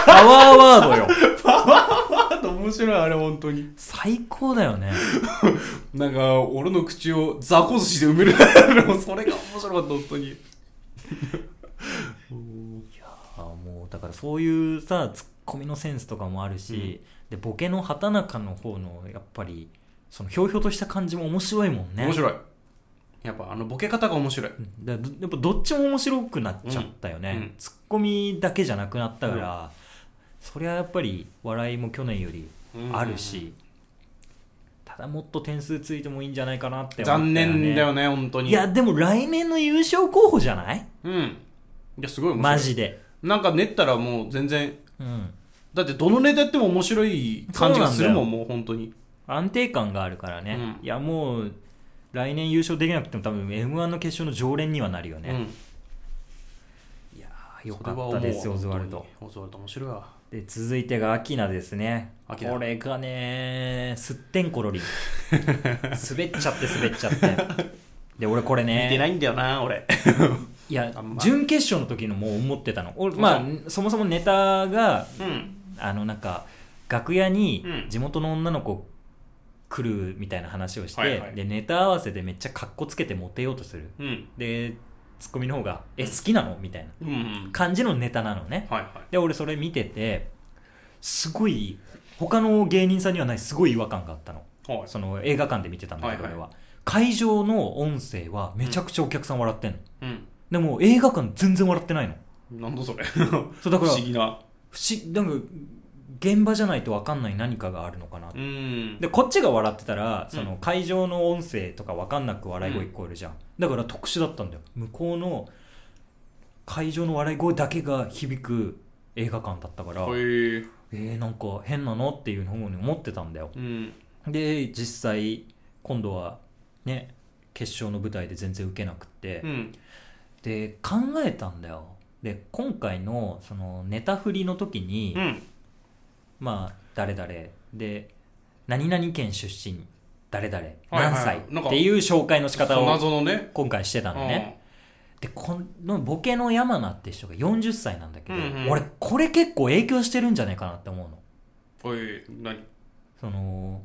Speaker 1: パワーワードよ
Speaker 2: あと面白いあれ本当に
Speaker 1: 最高だよね
Speaker 2: なんか俺の口をザコ寿司で埋める でもそれが面白かった本当に
Speaker 1: あもうだからそういうさツッコミのセンスとかもあるし、でボケの畑中の方のやっぱりそのひょうひょうとした感じも面白いもんね
Speaker 2: 面白いやっぱあのボケ方が面白い
Speaker 1: だからどやっぱどっちも面白くなっちゃったよね、
Speaker 2: うんうん
Speaker 1: ツッコミだけじゃなくなったから、そりゃやっぱり笑いも去年よりあるし、ただもっと点数ついてもいいんじゃないかなって思ったよ
Speaker 2: 残
Speaker 1: ね
Speaker 2: 念だよね本当に
Speaker 1: いやでも来年の優勝候補じゃない
Speaker 2: うんいやすごい面白い
Speaker 1: マジで、
Speaker 2: なんか練ったらもう全然
Speaker 1: うん、
Speaker 2: だってどのネタやっても面白い感じがするもんもう本当に
Speaker 1: 安定感があるからね、
Speaker 2: うん
Speaker 1: いやもう来年優勝できなくても多分 m 1の決勝の常連にはなるよね、いやー
Speaker 2: うん、
Speaker 1: よかったですよオズワルド
Speaker 2: オズワルド面白いわ
Speaker 1: で続いてがアキナですね
Speaker 2: アキナ
Speaker 1: これがねすってんこ ろりん滑っちゃって滑っちゃってで俺これ
Speaker 2: 見て
Speaker 1: ね
Speaker 2: ないんだよな俺
Speaker 1: いや
Speaker 2: あんま
Speaker 1: 準決勝の時のもう思ってたの俺まあそもそもネタが
Speaker 2: うん
Speaker 1: あのなんか楽屋に
Speaker 2: うん
Speaker 1: 地元の女の子来るみたいな話をして、
Speaker 2: はいはい
Speaker 1: でネタ合わせでめっちゃかっこつけてモテようとする
Speaker 2: うん
Speaker 1: でツッコミの方が「え好きなの?」みたいな
Speaker 2: うんうん
Speaker 1: 感じのネタなのね
Speaker 2: はいはい
Speaker 1: で俺それ見ててすごい他の芸人さんにはないすごい違和感があったの
Speaker 2: はい
Speaker 1: その映画館で見てたんだけど
Speaker 2: はい
Speaker 1: 俺
Speaker 2: はい
Speaker 1: は、会場の音声はめちゃくちゃお客さん笑ってんの、
Speaker 2: うん。
Speaker 1: でも映画館全然笑ってないの
Speaker 2: なんだそれ。不
Speaker 1: そうだから
Speaker 2: 思議な。
Speaker 1: 不思なんか現場じゃないと分かんない何かがあるのかなって
Speaker 2: うん。
Speaker 1: でこっちが笑ってたらその会場の音声とか分かんなく笑い声聞こえるじゃん、だから特殊だったんだよ向こうの会場の笑い声だけが響く映画館だったから、
Speaker 2: へえ。
Speaker 1: えー、なんか変なのっていうふうに思ってたんだよ
Speaker 2: うん。
Speaker 1: で実際今度はね決勝の舞台で全然受けなくって、
Speaker 2: うん。
Speaker 1: で考えたんだよで今回のそのネタ振りの時に、
Speaker 2: うん。
Speaker 1: まあ誰々で何々県出身誰々
Speaker 2: はいはい
Speaker 1: 何歳
Speaker 2: なんか
Speaker 1: っていう紹介の仕方を
Speaker 2: 謎のね。
Speaker 1: 今回してたのねでこのボケの山名って人が40歳なんだけど、
Speaker 2: うんうん
Speaker 1: 俺これ結構影響してるんじゃないかなって思うの
Speaker 2: うん。おい、何
Speaker 1: その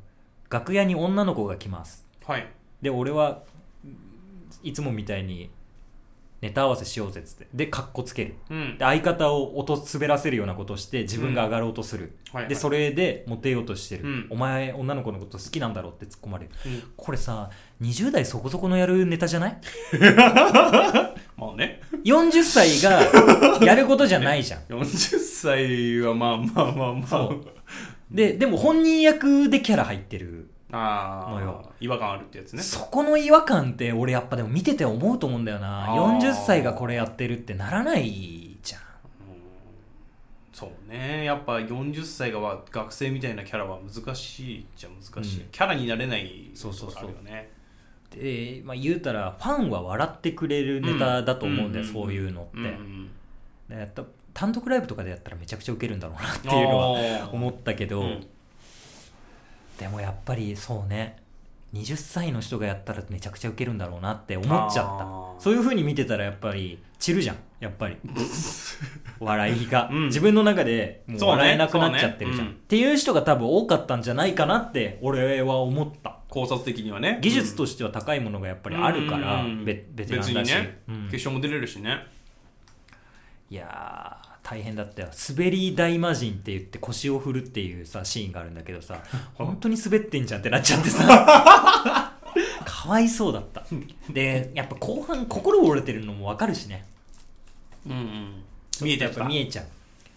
Speaker 1: 楽屋に女の子が来ます
Speaker 2: はい。
Speaker 1: で俺はいつもみたいにネタ合わせしようぜっつってでかっこつける
Speaker 2: うん
Speaker 1: で。相方を音滑らせるようなことをして自分が上がろうとする、
Speaker 2: はいはい。
Speaker 1: でそれでモテようとしてる、
Speaker 2: うん
Speaker 1: お前女の子のこと好きなんだろうって突っ込まれる
Speaker 2: うん
Speaker 1: これさ20代そこそこのやるネタじゃない
Speaker 2: まあね。
Speaker 1: 40歳がやることじゃない じゃん
Speaker 2: 40歳はまあまあまあまあ。
Speaker 1: そうででも本人役でキャラ入ってる、
Speaker 2: あ
Speaker 1: の
Speaker 2: あ
Speaker 1: よ。
Speaker 2: 違和感あるってやつね。
Speaker 1: そこの違和感って俺やっぱでも見てて思うと思うんだよな
Speaker 2: あー
Speaker 1: 40歳がこれやってるってならないじゃん
Speaker 2: そうね。やっぱ40歳がわ学生みたいなキャラは難しいじゃ難しい。
Speaker 1: うん
Speaker 2: キャラになれない
Speaker 1: そうそうそう
Speaker 2: ところあるよね。
Speaker 1: で、まあ、言うたらファンは笑ってくれるネタだと思うんだよ、
Speaker 2: うん
Speaker 1: そういうのって、
Speaker 2: うんうん
Speaker 1: でやった単独ライブとかでやったらめちゃくちゃウケるんだろうなっていうのは
Speaker 2: あー
Speaker 1: 思ったけど、
Speaker 2: うん
Speaker 1: でもやっぱりそうね20歳の人がやったらめちゃくちゃウケるんだろうなって思っちゃっ
Speaker 2: あ
Speaker 1: た
Speaker 2: ー
Speaker 1: そういう風に見てたらやっぱり散るじゃんやっぱ り笑いが、
Speaker 2: うん
Speaker 1: 自分の中でもう
Speaker 2: そうね
Speaker 1: 笑えなくなっちゃってるじゃん、
Speaker 2: そうねうん
Speaker 1: っていう人が多分多かったんじゃないかなって俺は思った
Speaker 2: 考察的にはね。
Speaker 1: 技術としては高いものがやっぱりあるから、
Speaker 2: うん
Speaker 1: ベベテランだし、
Speaker 2: 別にね、
Speaker 1: うん
Speaker 2: 決勝も出れるしね。
Speaker 1: いやー大変だったよ滑り大魔人って言って腰を振るっていうさシーンがあるんだけど さ本当に滑ってんじゃんってなっちゃってさかわいそうだったでやっぱ後半心折れてるのもわかるしね
Speaker 2: うんうん。見えて
Speaker 1: や
Speaker 2: や
Speaker 1: っ
Speaker 2: っ
Speaker 1: ぱ
Speaker 2: ぱ
Speaker 1: 見えちゃう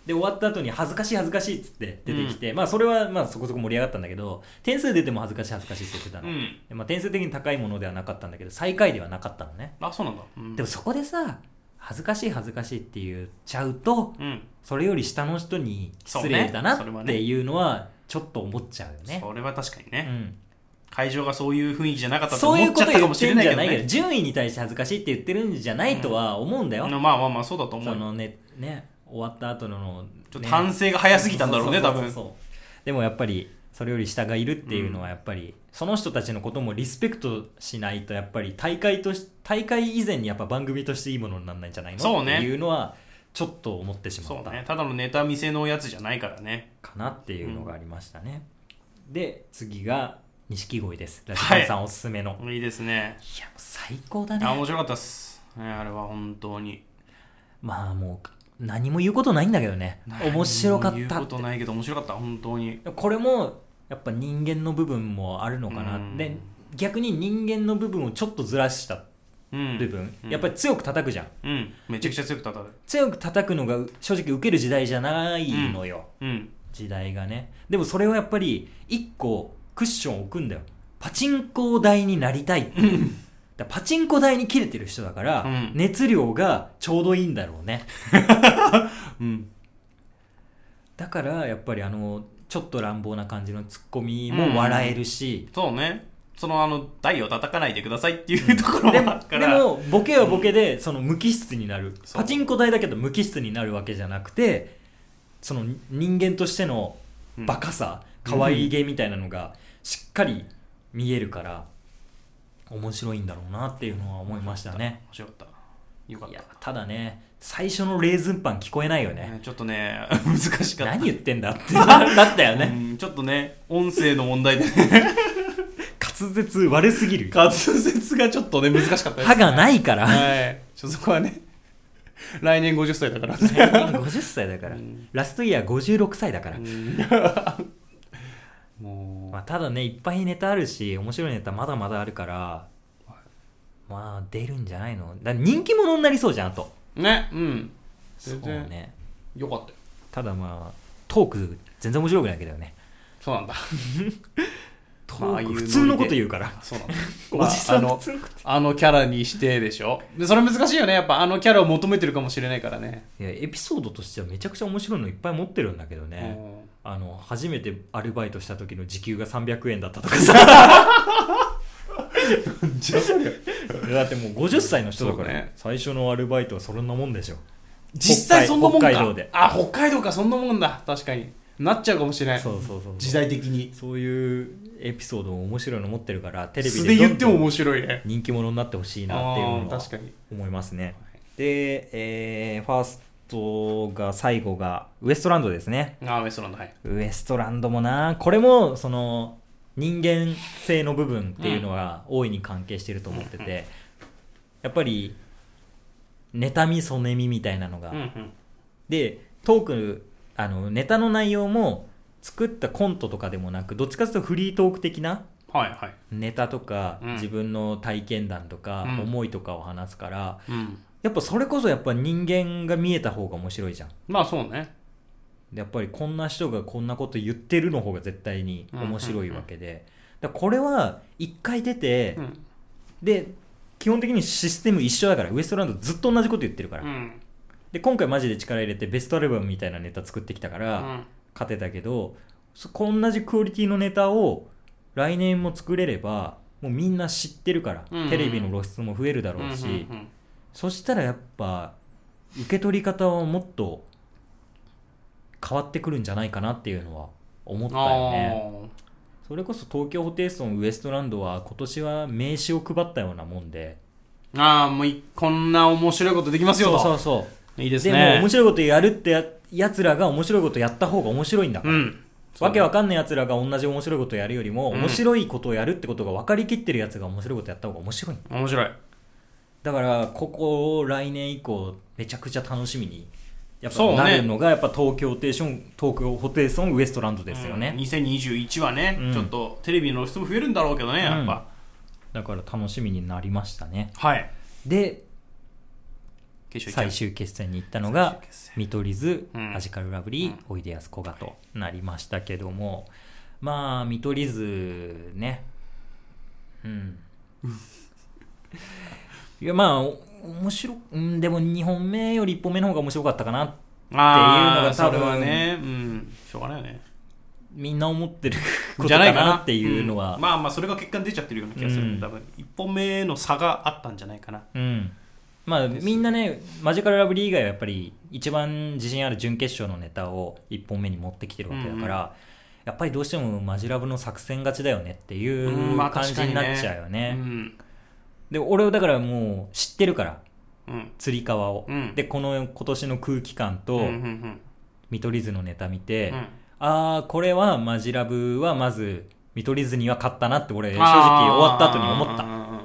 Speaker 1: で終わった後に恥ずかしい恥ずかしいっつって出てきて、まあそれはまあそこそこ盛り上がったんだけど点数出ても恥ずかしい恥ずかしいって言ってたの、
Speaker 2: うん
Speaker 1: でまあ、点数的に高いものではなかったんだけど最下位ではなかったのね
Speaker 2: あ、そうなんだ。うん
Speaker 1: でもそこでさ恥ずかしい恥ずかしいって言っちゃうと
Speaker 2: うん。
Speaker 1: それより下の人に失礼だな
Speaker 2: そうねそれは
Speaker 1: っ
Speaker 2: ね
Speaker 1: ていうのはちょっと思っちゃうよね。
Speaker 2: それは確かに
Speaker 1: う
Speaker 2: ね。
Speaker 1: ん
Speaker 2: 会場がそういう雰囲気じゃなかったと
Speaker 1: そうい
Speaker 2: 思
Speaker 1: う
Speaker 2: っ
Speaker 1: こ
Speaker 2: ちゃ
Speaker 1: と
Speaker 2: ったか
Speaker 1: 言
Speaker 2: も
Speaker 1: っ
Speaker 2: してれ
Speaker 1: ん
Speaker 2: な
Speaker 1: じ
Speaker 2: い
Speaker 1: ゃ
Speaker 2: けど
Speaker 1: ないけど、
Speaker 2: ね。
Speaker 1: 順位に対して恥ずかしいって言ってるんじゃないとは思うんだよ。
Speaker 2: まあまあまあ、そうだと思
Speaker 1: そう
Speaker 2: よ。
Speaker 1: のねね終わった後の
Speaker 2: ちょっと
Speaker 1: ね
Speaker 2: 反省が早すぎたんだろうね、
Speaker 1: そ
Speaker 2: 多
Speaker 1: そそ
Speaker 2: 分
Speaker 1: そ。うでもやっぱりそれより下がいるっていうのはやっぱり、その人たちのこともリスペクトしないとやっぱり大会とし大会以前にやっぱ番組としていいものにならないんじゃないの
Speaker 2: そうね
Speaker 1: っていうのはちょっと思ってしま
Speaker 2: そ
Speaker 1: った
Speaker 2: う。ね。ただのネタ見せのやつじゃないからね。
Speaker 1: かなっていうのがありましたね、で次が錦鯉ですラジカンさんおすすめの、い、
Speaker 2: いいですね。
Speaker 1: やもう最高だ
Speaker 2: あ、
Speaker 1: ね
Speaker 2: 面白かったっす。ねあれは本当に。
Speaker 1: まあもう何も言うことないんだけどね面白かっ
Speaker 2: 言う
Speaker 1: た
Speaker 2: ことないけど面白かった、本当に。
Speaker 1: これもやっぱ人間の部分もあるのかな、
Speaker 2: うん
Speaker 1: で逆に人間の部分をちょっとずらした
Speaker 2: うん。
Speaker 1: 部分、
Speaker 2: うん
Speaker 1: やっぱり強く叩くじゃん
Speaker 2: うん。めちゃくちゃ強く当たる。
Speaker 1: 強く叩くのが正直受ける時代じゃないのよ、
Speaker 2: うん。
Speaker 1: 時代がねでもそれをやっぱり一個クッションを置くんだよパチンコ台になりたいってだパチンコ台に切れてる人だから、
Speaker 2: うん
Speaker 1: 熱量がちょうどいいんだろうね
Speaker 2: うん。
Speaker 1: だからやっぱりあのちょっと乱暴な感じのツッコミも笑えるし、
Speaker 2: そうね。その、あの、台を叩かないでくださいっていうところ
Speaker 1: で
Speaker 2: もあ
Speaker 1: も
Speaker 2: るか
Speaker 1: で
Speaker 2: ら。
Speaker 1: もボケはボケでその無機質になる
Speaker 2: そう
Speaker 1: パチンコ台だけど無機質になるわけじゃなくてその人間としての
Speaker 2: うん
Speaker 1: バカさ、可愛いげみたいなのがしっかり見えるから面白いんだろうなっていうのは思いましたね
Speaker 2: 面白かった。よかっ
Speaker 1: い
Speaker 2: た
Speaker 1: や。ただね最初のレーズンパン聞こえないよね
Speaker 2: ねちょっとね、難しかった。
Speaker 1: 何言ってんだって だったよね
Speaker 2: うんちょっとね、音声の問題で、
Speaker 1: 滑舌悪すぎる
Speaker 2: 滑舌がちょっとね、難しかったです。
Speaker 1: 歯がないから
Speaker 2: はい。ちょっとそこはね、来年50歳だから。
Speaker 1: 50歳だから
Speaker 2: うん
Speaker 1: ラストイヤー56歳だから
Speaker 2: も
Speaker 1: まあ、ただねいっぱいネタあるし面白いネタまだまだあるからまあ出るんじゃないのだ人気者になりそうじゃんあと
Speaker 2: ねうん
Speaker 1: そう
Speaker 2: 全然
Speaker 1: ね
Speaker 2: よかったよ
Speaker 1: ただまあトーク全然面白くないけどね
Speaker 2: そうなんだ
Speaker 1: ト
Speaker 2: まあああい
Speaker 1: ーク
Speaker 2: うノリで
Speaker 1: 普通のこと言うから、
Speaker 2: そう なんだ
Speaker 1: おじさん
Speaker 2: まあ
Speaker 1: 普
Speaker 2: あの
Speaker 1: 通のこと
Speaker 2: あのキャラにしてでしょでそれ難しいよねやっぱあのキャラを求めてるかもしれないからね
Speaker 1: いやエピソードとしてはめちゃくちゃ面白いのいっぱい持ってるんだけどね、あの初めてアルバイトした時の時給が300円だったとか さ
Speaker 2: うんじゃあそりゃ
Speaker 1: だってもう50歳の人だから、
Speaker 2: そうね
Speaker 1: 最初のアルバイトはそんなもんでしょ
Speaker 2: 実際そんなもんか
Speaker 1: 北海道で
Speaker 2: あ北海道かそんなもんだ確かになっちゃうかもしれない
Speaker 1: そうそうそう
Speaker 2: 時代的に
Speaker 1: そういうエピソードも面白いの持ってるからテレビ
Speaker 2: 素
Speaker 1: で
Speaker 2: で
Speaker 1: ど
Speaker 2: 言っ
Speaker 1: ん
Speaker 2: て
Speaker 1: ど
Speaker 2: も
Speaker 1: ん
Speaker 2: 面白いね
Speaker 1: 人気者になってほしいなっていう
Speaker 2: あ
Speaker 1: の
Speaker 2: あ
Speaker 1: は
Speaker 2: 確かに
Speaker 1: 思いますねで、えーファーストが最後がウエストランドですね
Speaker 2: ああウエストランドはい
Speaker 1: ウエストランドもなこれもその人間性の部分っていうのは大いに関係してると思ってて、
Speaker 2: うんうん
Speaker 1: やっぱり妬みそねみみたいなのが、
Speaker 2: うんうん
Speaker 1: でトークあのネタの内容も作ったコントとかでもなくどっちかというとフリートーク的な
Speaker 2: はいはい
Speaker 1: ネタとか、
Speaker 2: うん
Speaker 1: 自分の体験談とか、
Speaker 2: うん
Speaker 1: 思いとかを話すから
Speaker 2: うん
Speaker 1: やっぱそれこそやっぱ人間が見えた方が面白いじゃん
Speaker 2: まあそうね
Speaker 1: でやっぱりこんな人がこんなこと言ってるの方が絶対に面白いわけで、だからこれは一回出て、
Speaker 2: うん
Speaker 1: で基本的にシステム一緒だからウエストランドずっと同じこと言ってるから、
Speaker 2: うん
Speaker 1: で今回マジで力入れてベストアルバムみたいなネタ作ってきたか
Speaker 2: う
Speaker 1: ら、
Speaker 2: ん
Speaker 1: 勝てたけどそこんなじクオリティのネタを来年も作れればもうみんな知ってるから、
Speaker 2: うん
Speaker 1: テレビの露出も増えるだろうし、
Speaker 2: うんうん
Speaker 1: そしたらやっぱ受け取り方はもっと変わってくるんじゃないかなっていうのは思っ
Speaker 2: うん
Speaker 1: たよね
Speaker 2: あ
Speaker 1: それこそ東京ホテイソンウエストランドは今年は名刺を配ったようなもんで
Speaker 2: あああもういこんな面白いことできますよ
Speaker 1: そう
Speaker 2: と
Speaker 1: そうそう
Speaker 2: いいで
Speaker 1: ですも
Speaker 2: ね
Speaker 1: 面白いことやるってややつらが面白いことやった方が面白いんだから
Speaker 2: うん
Speaker 1: わけわかんない奴らが同じ面白いことをやるよりも、
Speaker 2: うん
Speaker 1: 面白いことをやるってことが分かりきってる奴が面白いことやった方が面白い
Speaker 2: 面白い
Speaker 1: だからここを来年以降めちゃくちゃ楽しみにやっぱ
Speaker 2: そうね
Speaker 1: なるのがやっぱ東京ホテイソン東京ホテイソンウエストランドですよね、
Speaker 2: うん2021はね、
Speaker 1: うん
Speaker 2: ちょっとテレビの露出も増えるんだろうけどねやっぱ、
Speaker 1: だから楽しみになりましたね
Speaker 2: はい
Speaker 1: で
Speaker 2: 決勝
Speaker 1: 最
Speaker 2: 行っち
Speaker 1: 終決戦に行ったのが
Speaker 2: 最終決戦
Speaker 1: 見取り図、
Speaker 2: うん
Speaker 1: アジカルラブリー、おいでやすこがとなりましたけどもまあ見取り図ね うんいやまあお面白うんでも2本目より1本目の方が面白かったかな
Speaker 2: ゃうああ
Speaker 1: っていうのが多分
Speaker 2: それはねうんしょうがないよね
Speaker 1: みんな思ってること
Speaker 2: じゃ
Speaker 1: か
Speaker 2: ないか
Speaker 1: な
Speaker 2: な
Speaker 1: っていうのは
Speaker 2: んまあまあそれが結果に出ちゃってるような気がする、
Speaker 1: うん
Speaker 2: 多分1本目の差があったんじゃないかな
Speaker 1: うんまあみんなねマジカルラブリー以外はやっぱり一番自信ある準決勝のネタを1本目に持ってきてるわけだから、
Speaker 2: うん
Speaker 1: やっぱりどうしてもマジラブの作戦勝ちだよねっていう
Speaker 2: うんまあ
Speaker 1: 感じになっちゃうよね,、
Speaker 2: うん
Speaker 1: で俺はだからもう知ってるから
Speaker 2: うん
Speaker 1: 釣り革を、
Speaker 2: うん
Speaker 1: でこの今年の空気感
Speaker 2: う
Speaker 1: と
Speaker 2: んうんうん
Speaker 1: 見取り図のネタ見て、
Speaker 2: うん
Speaker 1: ああこれはマジラブはまず見取り図には勝ったなって俺正直
Speaker 2: あー
Speaker 1: 終わった後に思った
Speaker 2: うんうんうん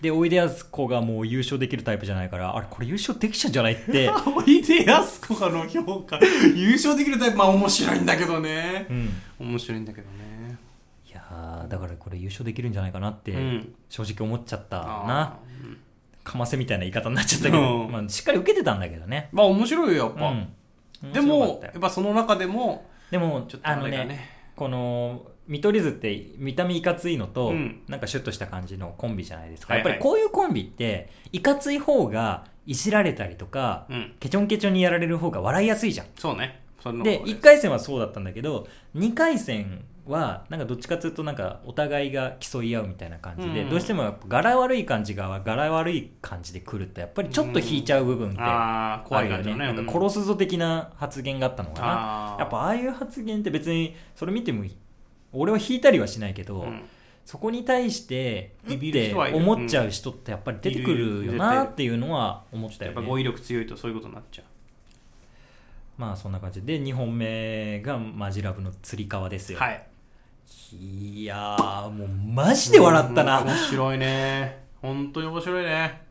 Speaker 1: でおいでやすこがもう優勝できるタイプじゃないからあれこれ優勝できちゃうんじゃない って
Speaker 2: おいでやすこがの評価優勝できるタイプまあ面白いんだけどね
Speaker 1: うん、
Speaker 2: 面白いんだけどね
Speaker 1: いやーだからこれ優勝できるんじゃないかなって
Speaker 2: うん
Speaker 1: 正直思っちゃった
Speaker 2: あ
Speaker 1: な、
Speaker 2: ーうん
Speaker 1: かませみたいな言い方になっちゃったけど、
Speaker 2: うん
Speaker 1: まあ、しっかり受けてたんだけどね、
Speaker 2: まあ面白いよやっ
Speaker 1: う
Speaker 2: ぱ、
Speaker 1: ん、
Speaker 2: で
Speaker 1: 面白か
Speaker 2: も
Speaker 1: った
Speaker 2: や
Speaker 1: よ
Speaker 2: っぱその中でも
Speaker 1: でも
Speaker 2: ちょっと
Speaker 1: あ
Speaker 2: あ
Speaker 1: の
Speaker 2: れがね
Speaker 1: ねこの見取り図って見た目いかついのと、
Speaker 2: うん
Speaker 1: なんかシュッとした感じのコンビじゃないですか、
Speaker 2: はいはい
Speaker 1: やっぱりこういうコンビっていかつい方がいじられたりとか、
Speaker 2: うん
Speaker 1: ケチョンケチョンにやられる方が笑いやすいじゃん
Speaker 2: そうねその
Speaker 1: で1回戦はそうだったんだけど2回戦はなんかどっちかというとなんかお互いが競い合うみたいな感じで、
Speaker 2: うん
Speaker 1: どうしてもやっぱ柄悪い感じが柄悪い感じで来るとやっぱりちょっと引いちゃう部分ってあ
Speaker 2: ああ怖
Speaker 1: る
Speaker 2: い
Speaker 1: よ
Speaker 2: 感じ
Speaker 1: ね
Speaker 2: のね
Speaker 1: なんか
Speaker 2: うん
Speaker 1: 殺すぞ的な発言があったのかな
Speaker 2: あー
Speaker 1: やっぱああいう発言って別にそれ見ても俺は引いたりはしないけど、
Speaker 2: うん
Speaker 1: そこに対して
Speaker 2: ビビ
Speaker 1: っ
Speaker 2: る
Speaker 1: て
Speaker 2: 人はいる
Speaker 1: 思っちゃう人ってやっぱり出てくるよなっていうのは思った
Speaker 2: や
Speaker 1: よ
Speaker 2: っ
Speaker 1: ね
Speaker 2: ぱ語彙力強いとそういうことになっちゃう
Speaker 1: まあそんな感じで2本目がマジラブのつり革ですよ、
Speaker 2: はい
Speaker 1: いやーもうマジで笑ったな、
Speaker 2: うん面白いね本当に面白いね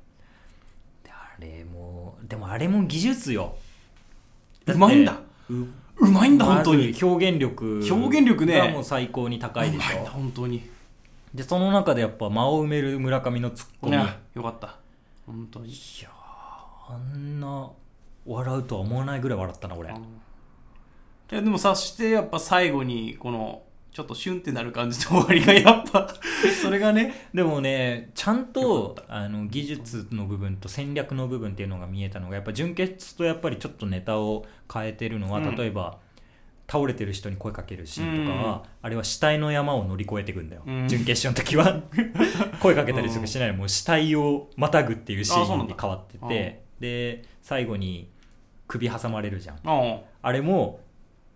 Speaker 1: あれもでもあれも技術よ
Speaker 2: うまいんだ
Speaker 1: う
Speaker 2: うまいんだ本当
Speaker 1: ま
Speaker 2: に
Speaker 1: ず表現力
Speaker 2: 表現力ね
Speaker 1: がもう最高に高いでし
Speaker 2: うまいんだ
Speaker 1: ょ
Speaker 2: 本当に
Speaker 1: でその中でやっぱ間を埋める村上のツッコミ、
Speaker 2: い
Speaker 1: い
Speaker 2: やよかった本当に
Speaker 1: やーあんな笑うとは思わないぐらい笑ったな俺、
Speaker 2: いやでも察してやっぱ最後にこのちょっとシュンってなる感じの終わりがやっぱ それがね
Speaker 1: でもねちゃんとあの技術の部分と戦略の部分っていうのが見えたのがやっぱ準決とやっぱりちょっとネタを変えてるのは、
Speaker 2: うん
Speaker 1: 例えば倒れてる人に声かけるシーンとかは、あれは死体の山を乗り越えていくんだよ、
Speaker 2: うん
Speaker 1: 準決勝の時 は声かけたりとかしないでもう死体をまたぐっていうシ
Speaker 2: あそう
Speaker 1: ー
Speaker 2: な
Speaker 1: ン
Speaker 2: ん
Speaker 1: に
Speaker 2: だ
Speaker 1: 変わっててで最後に首挟まれるじゃん
Speaker 2: あ
Speaker 1: あれも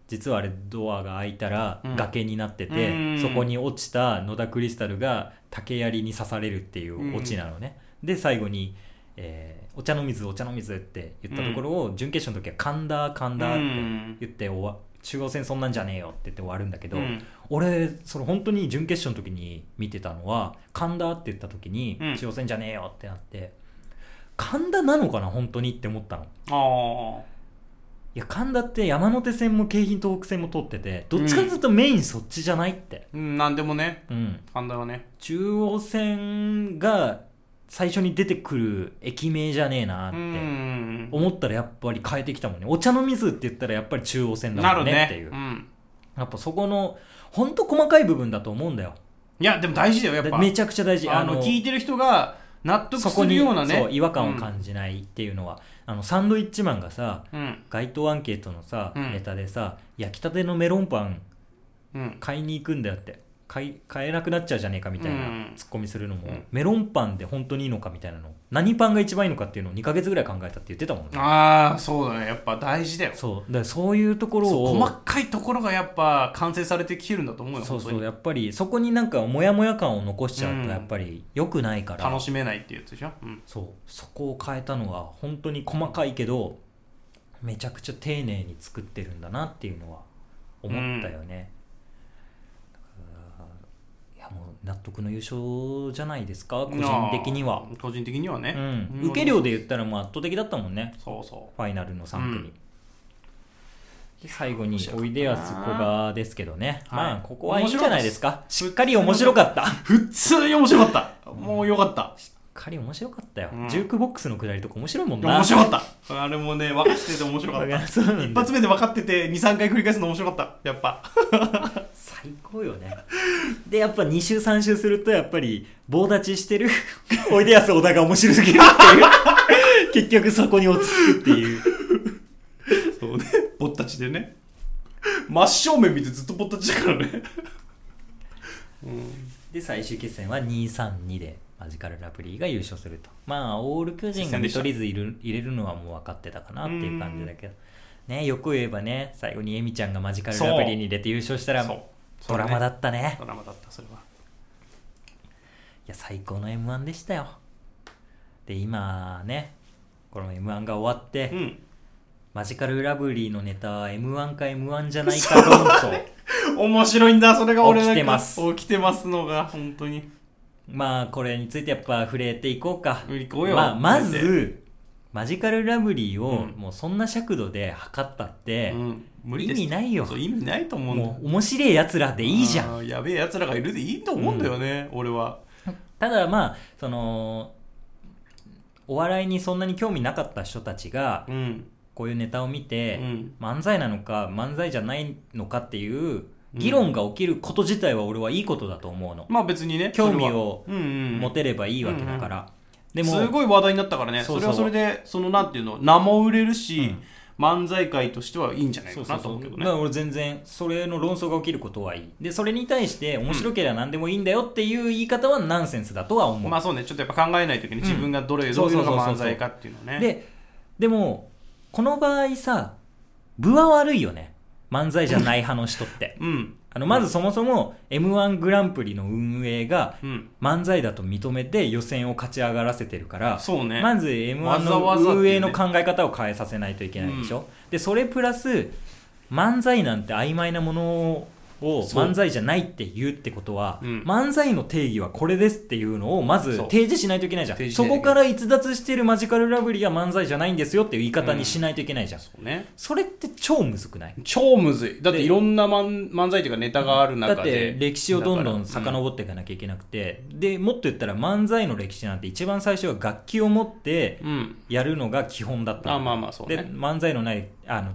Speaker 1: 実はあれドアが開いたら
Speaker 2: うん
Speaker 1: 崖になってて、
Speaker 2: うん
Speaker 1: そこに落ちた野田クリスタルが竹槍に刺されるっていうオチなのね、で最後に、えーお茶の水お茶の水」って言ったところを、準決勝の時は「神田神田」っ
Speaker 2: う
Speaker 1: て
Speaker 2: ん
Speaker 1: 言って終わ中央戦そんなんじゃねえよって言って終わるんだけど、
Speaker 2: うん
Speaker 1: 俺その本当に準決勝の時に見てたのは「神田」って言った時に
Speaker 2: うん
Speaker 1: 「中央戦じゃねえよ」ってなって「神田なのかな本当に」って思ったの。
Speaker 2: ああ
Speaker 1: いや神田って山手線も京浜東北線も通っててどっちかというとメインそっちじゃないって、
Speaker 2: うんなんでもね
Speaker 1: うん、
Speaker 2: 神田はね
Speaker 1: 中央線が最初に出てくる駅名じゃねえなっ
Speaker 2: う
Speaker 1: て
Speaker 2: ん
Speaker 1: 思ったらやっぱり変えてきたもんねお茶の水って言ったらやっぱり中央線だ
Speaker 2: な
Speaker 1: も
Speaker 2: る
Speaker 1: んね
Speaker 2: ね
Speaker 1: っていう、
Speaker 2: うん
Speaker 1: やっぱそこのほんと細かい部分だと思うんだよ
Speaker 2: いやでも大事だよやっ
Speaker 1: で
Speaker 2: ぱ
Speaker 1: めちゃくちゃ大事
Speaker 2: あの聞いてる人が納得
Speaker 1: そこ
Speaker 2: す
Speaker 1: に
Speaker 2: るようなね
Speaker 1: そう違和感を感じないっていうのは、あのサンドイッチマンがさ
Speaker 2: じうん
Speaker 1: 街頭アンケートのさ、
Speaker 2: うん
Speaker 1: ネタでさ焼きたてのメロンパン
Speaker 2: うん
Speaker 1: 買いに行くんだよって買い買えなくなっちゃうじゃねえかみたいな
Speaker 2: うん
Speaker 1: ツッコミするのも、
Speaker 2: うん
Speaker 1: メロンパンで本当にいいのかみたいなの何パンが一番いいのかっていうのを2ヶ月ぐらい考えたって言ってたもんね
Speaker 2: ああそうだねやっぱ大事だよ
Speaker 1: そうだからそういうところ
Speaker 2: そう
Speaker 1: を
Speaker 2: 細かいところがやっぱ完成されてきてるんだと思うよ
Speaker 1: そう
Speaker 2: 本
Speaker 1: そ
Speaker 2: 当
Speaker 1: う
Speaker 2: に
Speaker 1: やっぱりそこになんかモヤモヤ感を残しちゃう
Speaker 2: うん
Speaker 1: とやっぱり良くないから、
Speaker 2: 楽しめないっていうやつでしょうん
Speaker 1: そうそこを変えたのは本当に細かいけどめちゃくちゃ丁寧に作ってるんだなっていうのは思ったよね、だからいやもう納得の優勝じゃないですか個人的には
Speaker 2: あー個人的にはね
Speaker 1: うん、受け量で言ったらもう圧倒的だったもんね
Speaker 2: そうそ
Speaker 1: ファイナルの3組、
Speaker 2: うん
Speaker 1: で最後においでやすこがですけどね、
Speaker 2: はい
Speaker 1: まあここはいいんじゃないですか
Speaker 2: す
Speaker 1: しっかり面白かったし
Speaker 2: う普通に面白かったもうよかった
Speaker 1: っかり面白かったよ、
Speaker 2: うん
Speaker 1: ジュークボックスのくだりとか面白いもんな
Speaker 2: 面白かったあれもね分かってて面白かった
Speaker 1: いや そうなんだよ
Speaker 2: 一発目で分かってて23回繰り返すの面白かったやっぱ
Speaker 1: 最高よねでやっぱ2週3週するとやっぱり棒立ちしてる おいでやす小田が面白すぎるっていう 結局そこに落ち着くっていう
Speaker 2: そうねぼったちでね真正面見てずっとぼったちだからね
Speaker 1: で最終決戦は232でマジカルラブリーが優勝するとまあオール巨人が見取り図いる入れるのはもう分かってたかなっていう感じだけどねよく言えばね最後にエミちゃんがマジカルラブリーに入れて優勝したら
Speaker 2: そう
Speaker 1: ドラマだ
Speaker 2: っ
Speaker 1: ったね
Speaker 2: ドラマだったそれはい
Speaker 1: や最高の m 1でしたよで今ねこの m 1が終わって、
Speaker 2: うん
Speaker 1: マジカルラブリーのネタは m 1か m 1じゃないか論争、
Speaker 2: 面白いんだそれが俺な
Speaker 1: 起
Speaker 2: んか
Speaker 1: きてます
Speaker 2: 起きてますのが本当に
Speaker 1: まあこれについてやっぱ触れていこうか
Speaker 2: 行こうよ
Speaker 1: まあ、ま
Speaker 2: 触れ
Speaker 1: ずマジカルラブリーを
Speaker 2: うん
Speaker 1: もうそんな尺度で測ったって、
Speaker 2: うん無理
Speaker 1: 意
Speaker 2: です
Speaker 1: 味ないよ
Speaker 2: そう意味ないと思うんだよ
Speaker 1: もう面白いやつらでいいじゃん
Speaker 2: んやべえやつらがいるでいいと思うんだよね、俺は
Speaker 1: ただまあそのお笑いにそんなに興味なかった人たちが
Speaker 2: うん
Speaker 1: こういうネタを見て、
Speaker 2: うん
Speaker 1: 漫才なのか漫才じゃないのかっていう議論が起きること自体は俺はいいことだと思うの、
Speaker 2: まあ別にね
Speaker 1: 興味を
Speaker 2: それはうんうん
Speaker 1: モテればいいわけだから、でも
Speaker 2: すごい話題になったからね
Speaker 1: そ
Speaker 2: そうれ
Speaker 1: そう
Speaker 2: はそれでそのなんていうの名も売れるし、漫才界としてはいいんじゃない
Speaker 1: そ
Speaker 2: か
Speaker 1: うそ
Speaker 2: な
Speaker 1: う
Speaker 2: と
Speaker 1: そ
Speaker 2: 思う
Speaker 1: う
Speaker 2: けど
Speaker 1: だ
Speaker 2: ね
Speaker 1: から俺全然それの論争が起きることはいいでそれに対して面白ければ何でもいいんだよっていう言い方はナンセンスだとは思う、
Speaker 2: まあそうねちょっとやっぱ考えないときに自分がどれ、
Speaker 1: ん
Speaker 2: どういうの
Speaker 1: そうそう
Speaker 2: が
Speaker 1: そう
Speaker 2: 漫
Speaker 1: そう
Speaker 2: 才かっていうのね
Speaker 1: ででもこの場合さ分は悪いよね漫才じゃない派の人って
Speaker 2: うん
Speaker 1: あのまずそもそも m 1グランプリの運営が
Speaker 2: うん
Speaker 1: 漫才だと認めて予選を勝ち上がらせてるから、
Speaker 2: そうね
Speaker 1: まず m
Speaker 2: わ
Speaker 1: 1
Speaker 2: ざわざってい
Speaker 1: の
Speaker 2: うね
Speaker 1: 運営の考え方を変えさせないといけないでしょ、でそれプラス漫才なんて曖昧なものを
Speaker 2: そう
Speaker 1: 漫才じゃないって言うってことは、
Speaker 2: うん
Speaker 1: 漫才の定義はこれですっていうのをまず
Speaker 2: そう
Speaker 1: 提示しないといけないじゃ
Speaker 2: 提
Speaker 1: ん
Speaker 2: 示
Speaker 1: そ
Speaker 2: しないとい
Speaker 1: こ
Speaker 2: け
Speaker 1: か
Speaker 2: な
Speaker 1: ら逸脱してるマジカルラブリーは漫才じゃないんですよっていう言い方にしないといけないじゃん、
Speaker 2: そうね。
Speaker 1: それって超むずくない
Speaker 2: 超むずい。だって
Speaker 1: で
Speaker 2: いろんな漫漫才というかネタがある
Speaker 1: だ
Speaker 2: 中
Speaker 1: っ
Speaker 2: で
Speaker 1: て。歴史をどんどん
Speaker 2: だからうん
Speaker 1: 遡っていかなきゃいけなくて、でもっと言ったら漫才の歴史なんて一番最初は楽器を持って
Speaker 2: うん。
Speaker 1: やるのが基本だったの
Speaker 2: あまあまあそう
Speaker 1: で
Speaker 2: ね。
Speaker 1: 漫才のないあの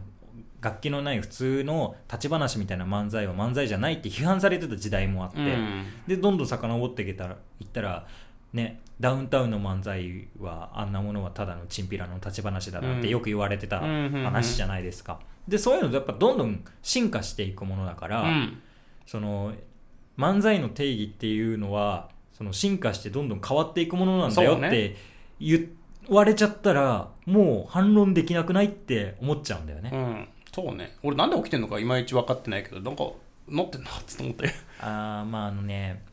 Speaker 1: 楽器のない普通の立ち話みたいな漫才は漫才じゃないって批判されてた時代もあって、
Speaker 2: うん
Speaker 1: でどんどん遡っていけたらいったらねダウンタウンの漫才はあんなものはただのチンピラの立ち話だなっ
Speaker 2: う
Speaker 1: て
Speaker 2: ん
Speaker 1: よく言われてた
Speaker 2: うんうんうん
Speaker 1: 話じゃないですか、でそういうのやっぱどんどん進化していくものだから、
Speaker 2: うん
Speaker 1: その漫才の定義っていうのはその進化してどんどん変わっていくものなんだよ
Speaker 2: そうね
Speaker 1: って言われちゃったらもう反論できなくないって思っちゃうんだよね、
Speaker 2: うん。そうね。俺なんで起きてんのかいまいち分かってないけど、なんか、なってんなって思って。
Speaker 1: ああまああのね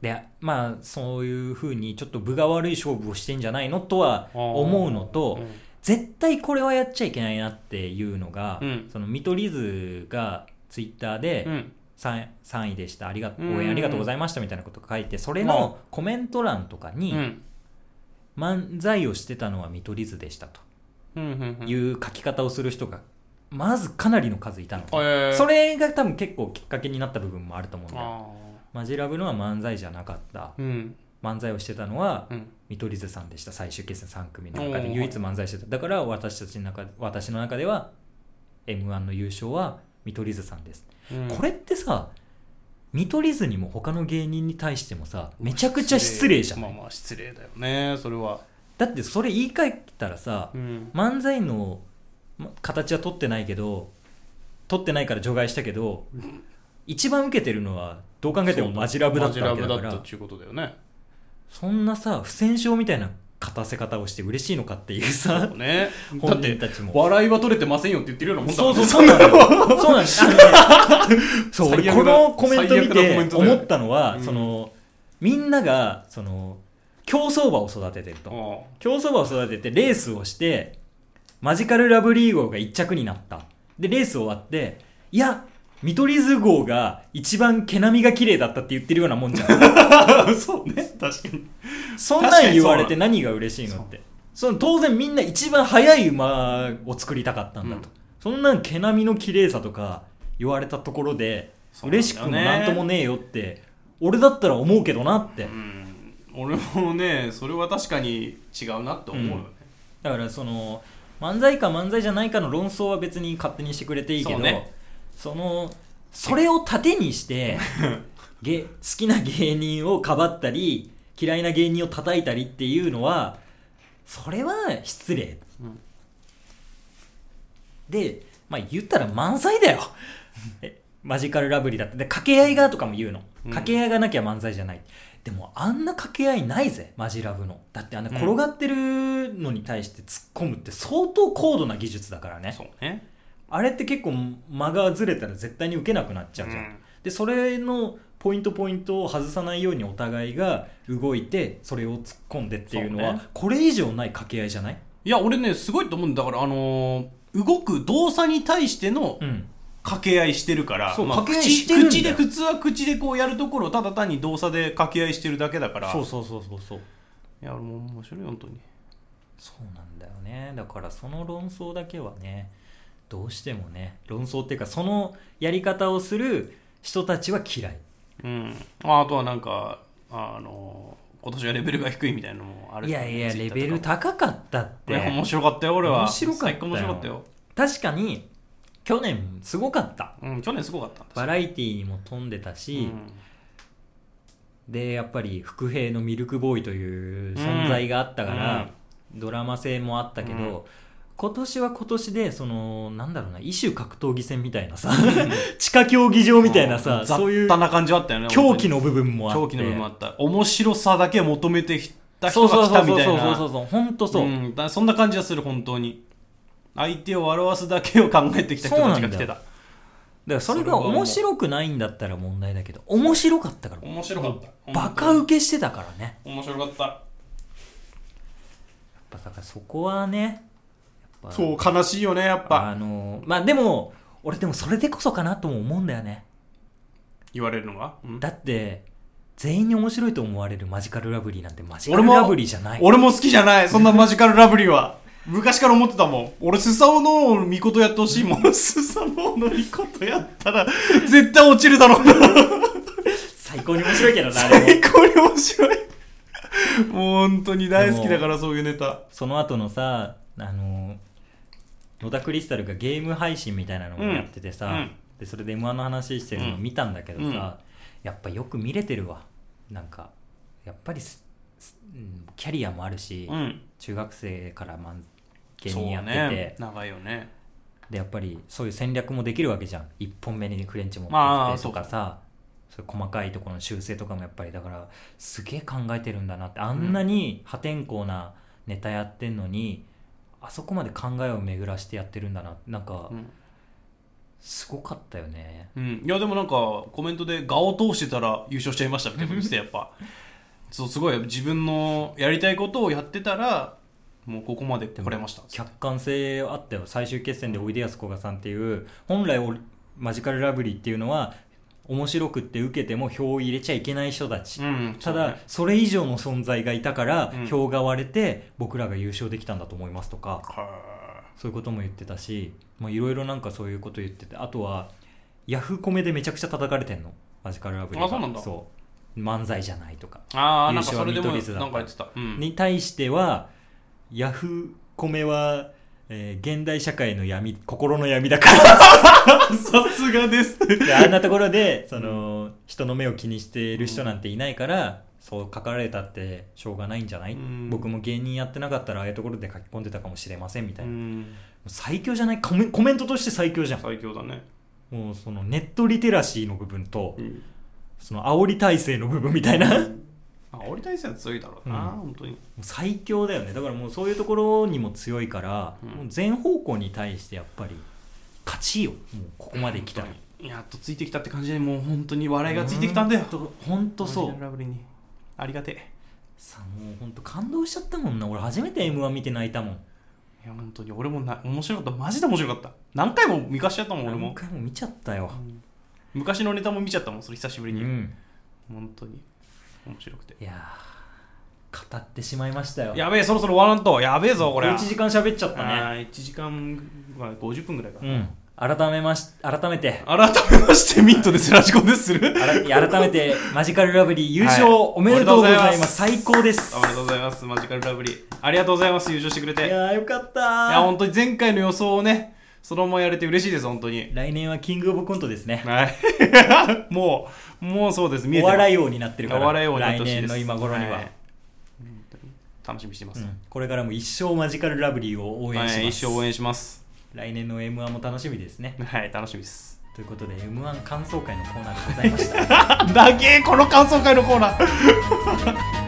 Speaker 1: でまあそういうふうにちょっと分が悪い勝負をしてんじゃないのとは思うのと、
Speaker 2: うん
Speaker 1: 絶対これはやっちゃいけないなっていうのが、
Speaker 2: うん
Speaker 1: その見取り図がツイッターで、
Speaker 2: うん。
Speaker 1: 3, 位でしたありがと
Speaker 2: うん
Speaker 1: 応援ありがとうございましたみたいなこと書いてそれのコメント欄とか
Speaker 2: う
Speaker 1: に
Speaker 2: ん。
Speaker 1: 漫才をしてたのは見取り図でしたと
Speaker 2: うんうんうん。
Speaker 1: いう書き方をする人がまずかなりの数いたの、
Speaker 2: えー
Speaker 1: それが多分結構きっかけになった部分もあると思うんだよ
Speaker 2: あ
Speaker 1: マジラブのは漫才じゃなかった
Speaker 2: ーうん。
Speaker 1: 漫才をしてたのは
Speaker 2: うん。
Speaker 1: 見取り図さんでした最終決戦3組の中
Speaker 2: お
Speaker 1: で
Speaker 2: ー
Speaker 1: 唯一漫才してただから私たちの中私の中では m 1の優勝は見取り図さんです
Speaker 2: うん
Speaker 1: これってさ見取り図にも他の芸人に対してもさめちゃくちゃ失礼じゃん
Speaker 2: まあまあ失礼だよね、それは。
Speaker 1: だってそれ言い換えたらさ
Speaker 2: うん。
Speaker 1: 漫才のま形は取ってないけど取ってないから除外したけど一番受けてるのはどう考えてもマジラブだったわけだ
Speaker 2: マ
Speaker 1: か
Speaker 2: ジラブだ
Speaker 1: ら
Speaker 2: ったっていうことだよね。
Speaker 1: そんなさ不戦勝みたいな勝たせ方をして嬉しいのかっていう
Speaker 2: そ
Speaker 1: さ
Speaker 2: うね。だ
Speaker 1: 本
Speaker 2: っ
Speaker 1: 人
Speaker 2: て、
Speaker 1: たちも
Speaker 2: 笑いは取れてませんよって言ってるようなもんだ
Speaker 1: そ
Speaker 2: も
Speaker 1: うんそう
Speaker 2: ね
Speaker 1: そうなんだよそうなんですあのねそう俺
Speaker 2: 最悪
Speaker 1: こ
Speaker 2: な
Speaker 1: のコメント見
Speaker 2: 最悪なコメ
Speaker 1: て
Speaker 2: ントだよ
Speaker 1: 思
Speaker 2: ね
Speaker 1: ったのは、
Speaker 2: うん
Speaker 1: そのみんながその競走馬を育ててると、
Speaker 2: あ
Speaker 1: 競走馬を育ててレースをしてマジカルラブリー号が1着になったでレース終わっていや見取り図号が一番毛並みが綺麗だったって言ってるようなもんじゃん
Speaker 2: あ そうね、確かに。
Speaker 1: そんなん言われて何が嬉しいのってその当然みんな一番速い馬を作りたかったんだと、
Speaker 2: うん
Speaker 1: そんなん毛並みの綺麗さとか言われたところで
Speaker 2: そうなんだよ
Speaker 1: 嬉
Speaker 2: ね
Speaker 1: しくもなんともねえよって俺だったら思うけどなって
Speaker 2: うん。俺もね、それは確かに違うなって思うよね。
Speaker 1: だからその漫才か漫才じゃないかの論争は別に勝手にしてくれていいけど
Speaker 2: そ
Speaker 1: そ,、
Speaker 2: うね
Speaker 1: のそれを盾にして げ好きな芸人をかばったり嫌いな芸人を叩いたりっていうのはそれは失礼、
Speaker 2: うん
Speaker 1: で、まあ、言ったら漫才 だよえマジカルラブリーだってで掛け合いがとかも言うの
Speaker 2: うん
Speaker 1: 掛け合いがなきゃ漫才じゃない、でもあんな掛け合いないぜマジラブのだってあんな転がってるのに対して突っ込むって相当高度な技術だからね
Speaker 2: そうね。
Speaker 1: あれって結構間がずれたら絶対に受けなくなっちゃうじゃん、
Speaker 2: うん
Speaker 1: でそれのポイントポイントを外さないようにお互いが動いてそれを突っ込んでっていうのは
Speaker 2: そうね
Speaker 1: これ以上ない掛け合いじゃない
Speaker 2: いや、俺ね、すごいと思うんだだから、あのー動く動作に対しての
Speaker 1: うん
Speaker 2: 掛け合いしてるから、
Speaker 1: そう
Speaker 2: まあ
Speaker 1: 掛け合いしてるんだよ
Speaker 2: 口口で、普通は口でこうやるところをただ単に動作で掛け合いしてるだけだから、
Speaker 1: そうそうそうそうそう
Speaker 2: いや、もう面白い、本当に。
Speaker 1: そうなんだよねだからその論争だけはねどうしてもね論争っていうかそのやり方をする人たちは嫌い
Speaker 2: うん。ああとはなんか、あのー今年はレベルが低いみたいなのもある
Speaker 1: い
Speaker 2: しね
Speaker 1: やいや
Speaker 2: ツイ
Speaker 1: レ
Speaker 2: ッター
Speaker 1: ベル
Speaker 2: とか
Speaker 1: 高かったっ
Speaker 2: いや、面
Speaker 1: て
Speaker 2: 白かったよ、俺は。
Speaker 1: 面白かったよ
Speaker 2: 最高面白かったよ。
Speaker 1: 確かに去年すごかった
Speaker 2: うん、去年すごかったんだ
Speaker 1: バラエティーにも富んでた
Speaker 2: う
Speaker 1: し、
Speaker 2: ん
Speaker 1: でやっぱり伏兵のミルクボーイという存在があったから、ドラマ性もあったけど、
Speaker 2: うん
Speaker 1: 今年は今年でそのなんだろうな異種格闘技戦みたいなさ 地下競技場みたいなさ、
Speaker 2: うん
Speaker 1: そういう
Speaker 2: 雑多な感じはあったよね。
Speaker 1: 狂気
Speaker 2: の。
Speaker 1: の部分もあって
Speaker 2: 狂気の部分もあった。面白さだけ求めてきた
Speaker 1: そ
Speaker 2: 人
Speaker 1: うそ
Speaker 2: が
Speaker 1: う
Speaker 2: 来
Speaker 1: そ
Speaker 2: た
Speaker 1: うそうそう
Speaker 2: みたいな。
Speaker 1: そうそう本当そう、
Speaker 2: ん、だそんな感じがする本当に相手を表すだけを考えてきた人たちが来てた
Speaker 1: だからそれ
Speaker 2: それ
Speaker 1: が
Speaker 2: はもう
Speaker 1: 面白くないんだったら問題だけど面白かったから
Speaker 2: 面白かった
Speaker 1: バカ
Speaker 2: 本
Speaker 1: 受けしてたからね
Speaker 2: 当に面白かった
Speaker 1: やっぱだからそこはねやっぱ
Speaker 2: そう悲しいよねやっぱ
Speaker 1: あのまあでも俺でもそれでこそかなとも思うんだよね
Speaker 2: 言われるのが、うん
Speaker 1: だって全員に面白いと思われるマジカルラブリーなんてマジカ
Speaker 2: 俺
Speaker 1: ル
Speaker 2: も
Speaker 1: ラブリーじゃない
Speaker 2: 俺も好きじゃないそんなマジカルラブリーは昔から思ってたもん俺スサノオのミコトやってほしいもんスサノオのミコトやったら絶対落ちるだろうな
Speaker 1: 最高に面白いけどなあれも
Speaker 2: 最高に面白いもう本当に大好きだからそういうネタ
Speaker 1: その後のさあの野田クリスタルがゲーム配信みたいなのをやっててさ、
Speaker 2: うんうん
Speaker 1: でそれで m 1の話してるのを見たんだけどさ、
Speaker 2: うん
Speaker 1: やっぱよく見れてるわなんかやっぱりすすうんキャリアもあるし、
Speaker 2: うん
Speaker 1: 中学生からまん芸
Speaker 2: そう
Speaker 1: 人やってて、
Speaker 2: ね長いよね
Speaker 1: でやっぱりそういう戦略もできるわけじゃん1本目にフレンチ持っ
Speaker 2: まあ
Speaker 1: てきてとかさそういう細かいところの修正とかもやっぱりだからすげえ考えてるんだなってあんなに破天荒なネタやってんのに、あそこまで考えを巡らしてやってるんだななんか
Speaker 2: うん
Speaker 1: すごかったよね、
Speaker 2: うん、いやでもなんかコメントで「画を通してたら優勝しちゃいました」みたいなこと言ってたやっ ぱそうすごい自分のやりたいことをやってたらもうここまで来れました
Speaker 1: 客観性あったよ最終決戦でおいでやすこがさんっていう本来おマジカルラブリーっていうのは面白くって受けても票を入れちゃいけない人たち、
Speaker 2: うん
Speaker 1: た
Speaker 2: そう
Speaker 1: だ
Speaker 2: ね
Speaker 1: それ以上の存在がいたから
Speaker 2: うん
Speaker 1: 票が割れて僕らが優勝できたんだと思いますとか
Speaker 2: は
Speaker 1: そういうことも言ってたしまあいろいろなんかそういうこと言っててあとはヤフコメでめちゃくちゃ叩かれてんのマジカルラブリーが
Speaker 2: あそうなんだ
Speaker 1: そう漫才じゃないとか、
Speaker 2: ーああ
Speaker 1: 優
Speaker 2: なんか
Speaker 1: 勝
Speaker 2: そ
Speaker 1: は
Speaker 2: れでもな
Speaker 1: 見取
Speaker 2: ん
Speaker 1: り図だ
Speaker 2: か言ってた、うん、
Speaker 1: に対してはヤフコメは、えー現代社会の闇心の闇だから
Speaker 2: さすがです
Speaker 1: であんなところでその、人の目を気にしている人なんていないから、そう書かれたってしょうがないんじゃない、
Speaker 2: うん
Speaker 1: 僕も芸人やってなかったらああいうところで書き込んでたかもしれませんみた
Speaker 2: う
Speaker 1: いな、も
Speaker 2: ん
Speaker 1: う最強じゃないコメコメントとして最強じゃん
Speaker 2: 最強だね、
Speaker 1: もうそのネットリテラシーの部分と
Speaker 2: うん、
Speaker 1: その煽り体制の部分みたいなもう
Speaker 2: あ俺大戦は強いだろう
Speaker 1: う
Speaker 2: な、
Speaker 1: ん
Speaker 2: 本当に
Speaker 1: 最強だよねだからもうそういうところにも強いから、
Speaker 2: うん
Speaker 1: もう全方向に対してやっぱり勝ちよもうここまで来たら
Speaker 2: 本当にやっとついてきたって感じでもう本当に笑いがついてきたんだよ
Speaker 1: ほとほんとそう
Speaker 2: マジカルラブリーにありがてえ
Speaker 1: さもうほんと感動しちゃったもんな俺初めて m 1見て泣いたもん
Speaker 2: いや本当に俺もな面白かったマジで面白かった何回も見返しちゃったもん俺
Speaker 1: 何
Speaker 2: も
Speaker 1: 回も見ちゃったよ
Speaker 2: うん昔のネタも見ちゃったもんそれ久しぶ
Speaker 1: う
Speaker 2: りに、
Speaker 1: ん
Speaker 2: 本当に面白くて
Speaker 1: いやー語ってしまいましたよ
Speaker 2: やべえそろそろ終わらんとやべえぞこれ
Speaker 1: もう1時間喋っちゃったね
Speaker 2: 1時間まあ50分ぐらいか、
Speaker 1: うん改めまし改めて
Speaker 2: 改めましてミントですラジコンでする
Speaker 1: あらいや改め てマジカルラブリー優勝
Speaker 2: はい
Speaker 1: おめでとうございます,、
Speaker 2: おめでとうござい
Speaker 1: 最高
Speaker 2: ます
Speaker 1: です
Speaker 2: おめでとうございますマジカルラブリーありがとうございます優勝してくれ
Speaker 1: い
Speaker 2: ていや
Speaker 1: やーよかった
Speaker 2: 本当に前回の予想をねそのままやれて嬉しいです本当に
Speaker 1: 来年はキングオブコントですね
Speaker 2: はい もうもうそうです見え
Speaker 1: お
Speaker 2: てます
Speaker 1: 笑い王になってるから
Speaker 2: お笑い王になってほしいです
Speaker 1: 来年の今頃には、
Speaker 2: い本当に楽しみにしてま
Speaker 1: う
Speaker 2: す、
Speaker 1: んこれからも一生マジカルラブリーを応援します、
Speaker 2: はい、一生応援します
Speaker 1: 来年の m 1も楽しみですね
Speaker 2: はい楽しみです
Speaker 1: ということで m 1感想会のコーナーでございました
Speaker 2: だけこの感想会のコーナー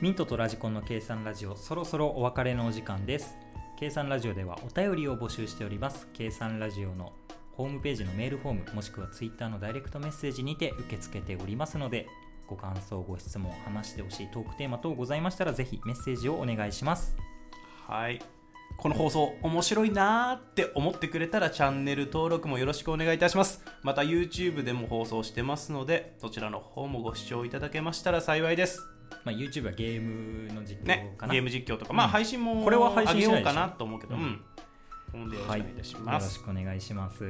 Speaker 1: ミントとラジコンの計算ラジオそろそろお別れのお時間です計算ラジオではお便りを募集しております計算ラジオのホームページのメールフォームもしくはツイッターのダイレクトメッセージにて受け付けておりますのでご感想ご質問話してほしいトークテーマ等ございましたらぜひメッセージをお願いします
Speaker 2: はいこの放送面白いなーって思ってくれたらチャンネル登録もよろしくお願いいたしますまた YouTube でも放送してますのでそちらの方もご視聴いただけましたら幸いです
Speaker 1: まあ YouTube はゲームの実
Speaker 2: ね
Speaker 1: 況かな、
Speaker 2: ゲーム実況とかまあ
Speaker 1: うん
Speaker 2: 配信も
Speaker 1: これは配
Speaker 2: あ
Speaker 1: 信
Speaker 2: げ
Speaker 1: し
Speaker 2: よ
Speaker 1: ないうでしょ
Speaker 2: かなと思うけど
Speaker 1: う
Speaker 2: うんんほんでよろ
Speaker 1: は
Speaker 2: し
Speaker 1: い
Speaker 2: くお願いいたし
Speaker 1: よろ
Speaker 2: ま
Speaker 1: し
Speaker 2: す
Speaker 1: くお願いします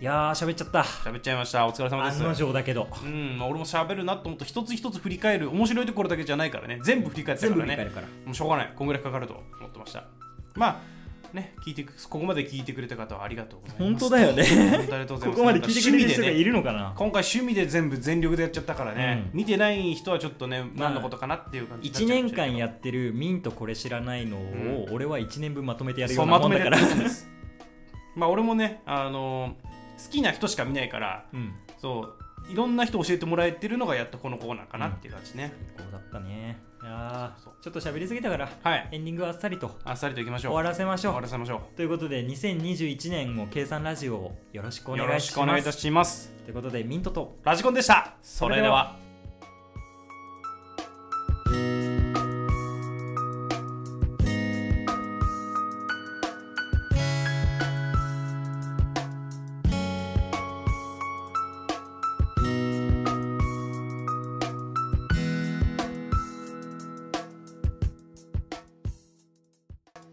Speaker 1: いやー喋っちゃった
Speaker 2: 喋っちゃいましたお疲れ様で
Speaker 1: 案
Speaker 2: す
Speaker 1: の定だけど
Speaker 2: うん、まあ俺も喋るなと思って一つ一つ振り返る面白いところだけじゃないからね全部振り返って
Speaker 1: 全
Speaker 2: たか
Speaker 1: 部
Speaker 2: ら
Speaker 1: 振り返る
Speaker 2: ね
Speaker 1: から
Speaker 2: もうしょうがないこんぐらいかかると思ってましたまあね聞いてくここまで聞いてくれた方はありがとうございます
Speaker 1: 本当だよね
Speaker 2: 本当ありがとうござい
Speaker 1: こ
Speaker 2: ます
Speaker 1: こまで聞いてくれる人
Speaker 2: 趣
Speaker 1: が
Speaker 2: 味で
Speaker 1: い
Speaker 2: ね
Speaker 1: るのかな
Speaker 2: 今回趣味で全部全力でやっちゃったからね、
Speaker 1: う
Speaker 2: 見てない人はちょっとね
Speaker 1: まあ
Speaker 2: 何のことかなっていう感じになっ
Speaker 1: 1
Speaker 2: ちゃうかも
Speaker 1: 年
Speaker 2: しれない
Speaker 1: 間やってるミントこれ知らないのを、
Speaker 2: う
Speaker 1: 俺は1年分まとめてやる
Speaker 2: そ
Speaker 1: よ
Speaker 2: う
Speaker 1: う
Speaker 2: ま
Speaker 1: な
Speaker 2: と
Speaker 1: もんだ
Speaker 2: めて
Speaker 1: か
Speaker 2: や
Speaker 1: ら
Speaker 2: っ、たんですまあ俺もねあのー好きな人しか見ないから
Speaker 1: うん、
Speaker 2: そういろんな人教えてもらえてるのがやっとこのコーナーかなっていう感じね、
Speaker 1: 最高だったねいやー
Speaker 2: そうそう
Speaker 1: ちょっと喋りすぎたから
Speaker 2: はい
Speaker 1: エンディングはあっさりと
Speaker 2: あっさりといきましょ
Speaker 1: 終
Speaker 2: う
Speaker 1: わらせまし
Speaker 2: 終
Speaker 1: ょ
Speaker 2: わらせましょ
Speaker 1: うということで2021年も計算ラジオをよろしくお
Speaker 2: う
Speaker 1: 願
Speaker 2: よろ
Speaker 1: い
Speaker 2: し
Speaker 1: し
Speaker 2: くお願
Speaker 1: ま
Speaker 2: いいた
Speaker 1: す
Speaker 2: します
Speaker 1: ということでミントと
Speaker 2: ラジコンでしたそれでは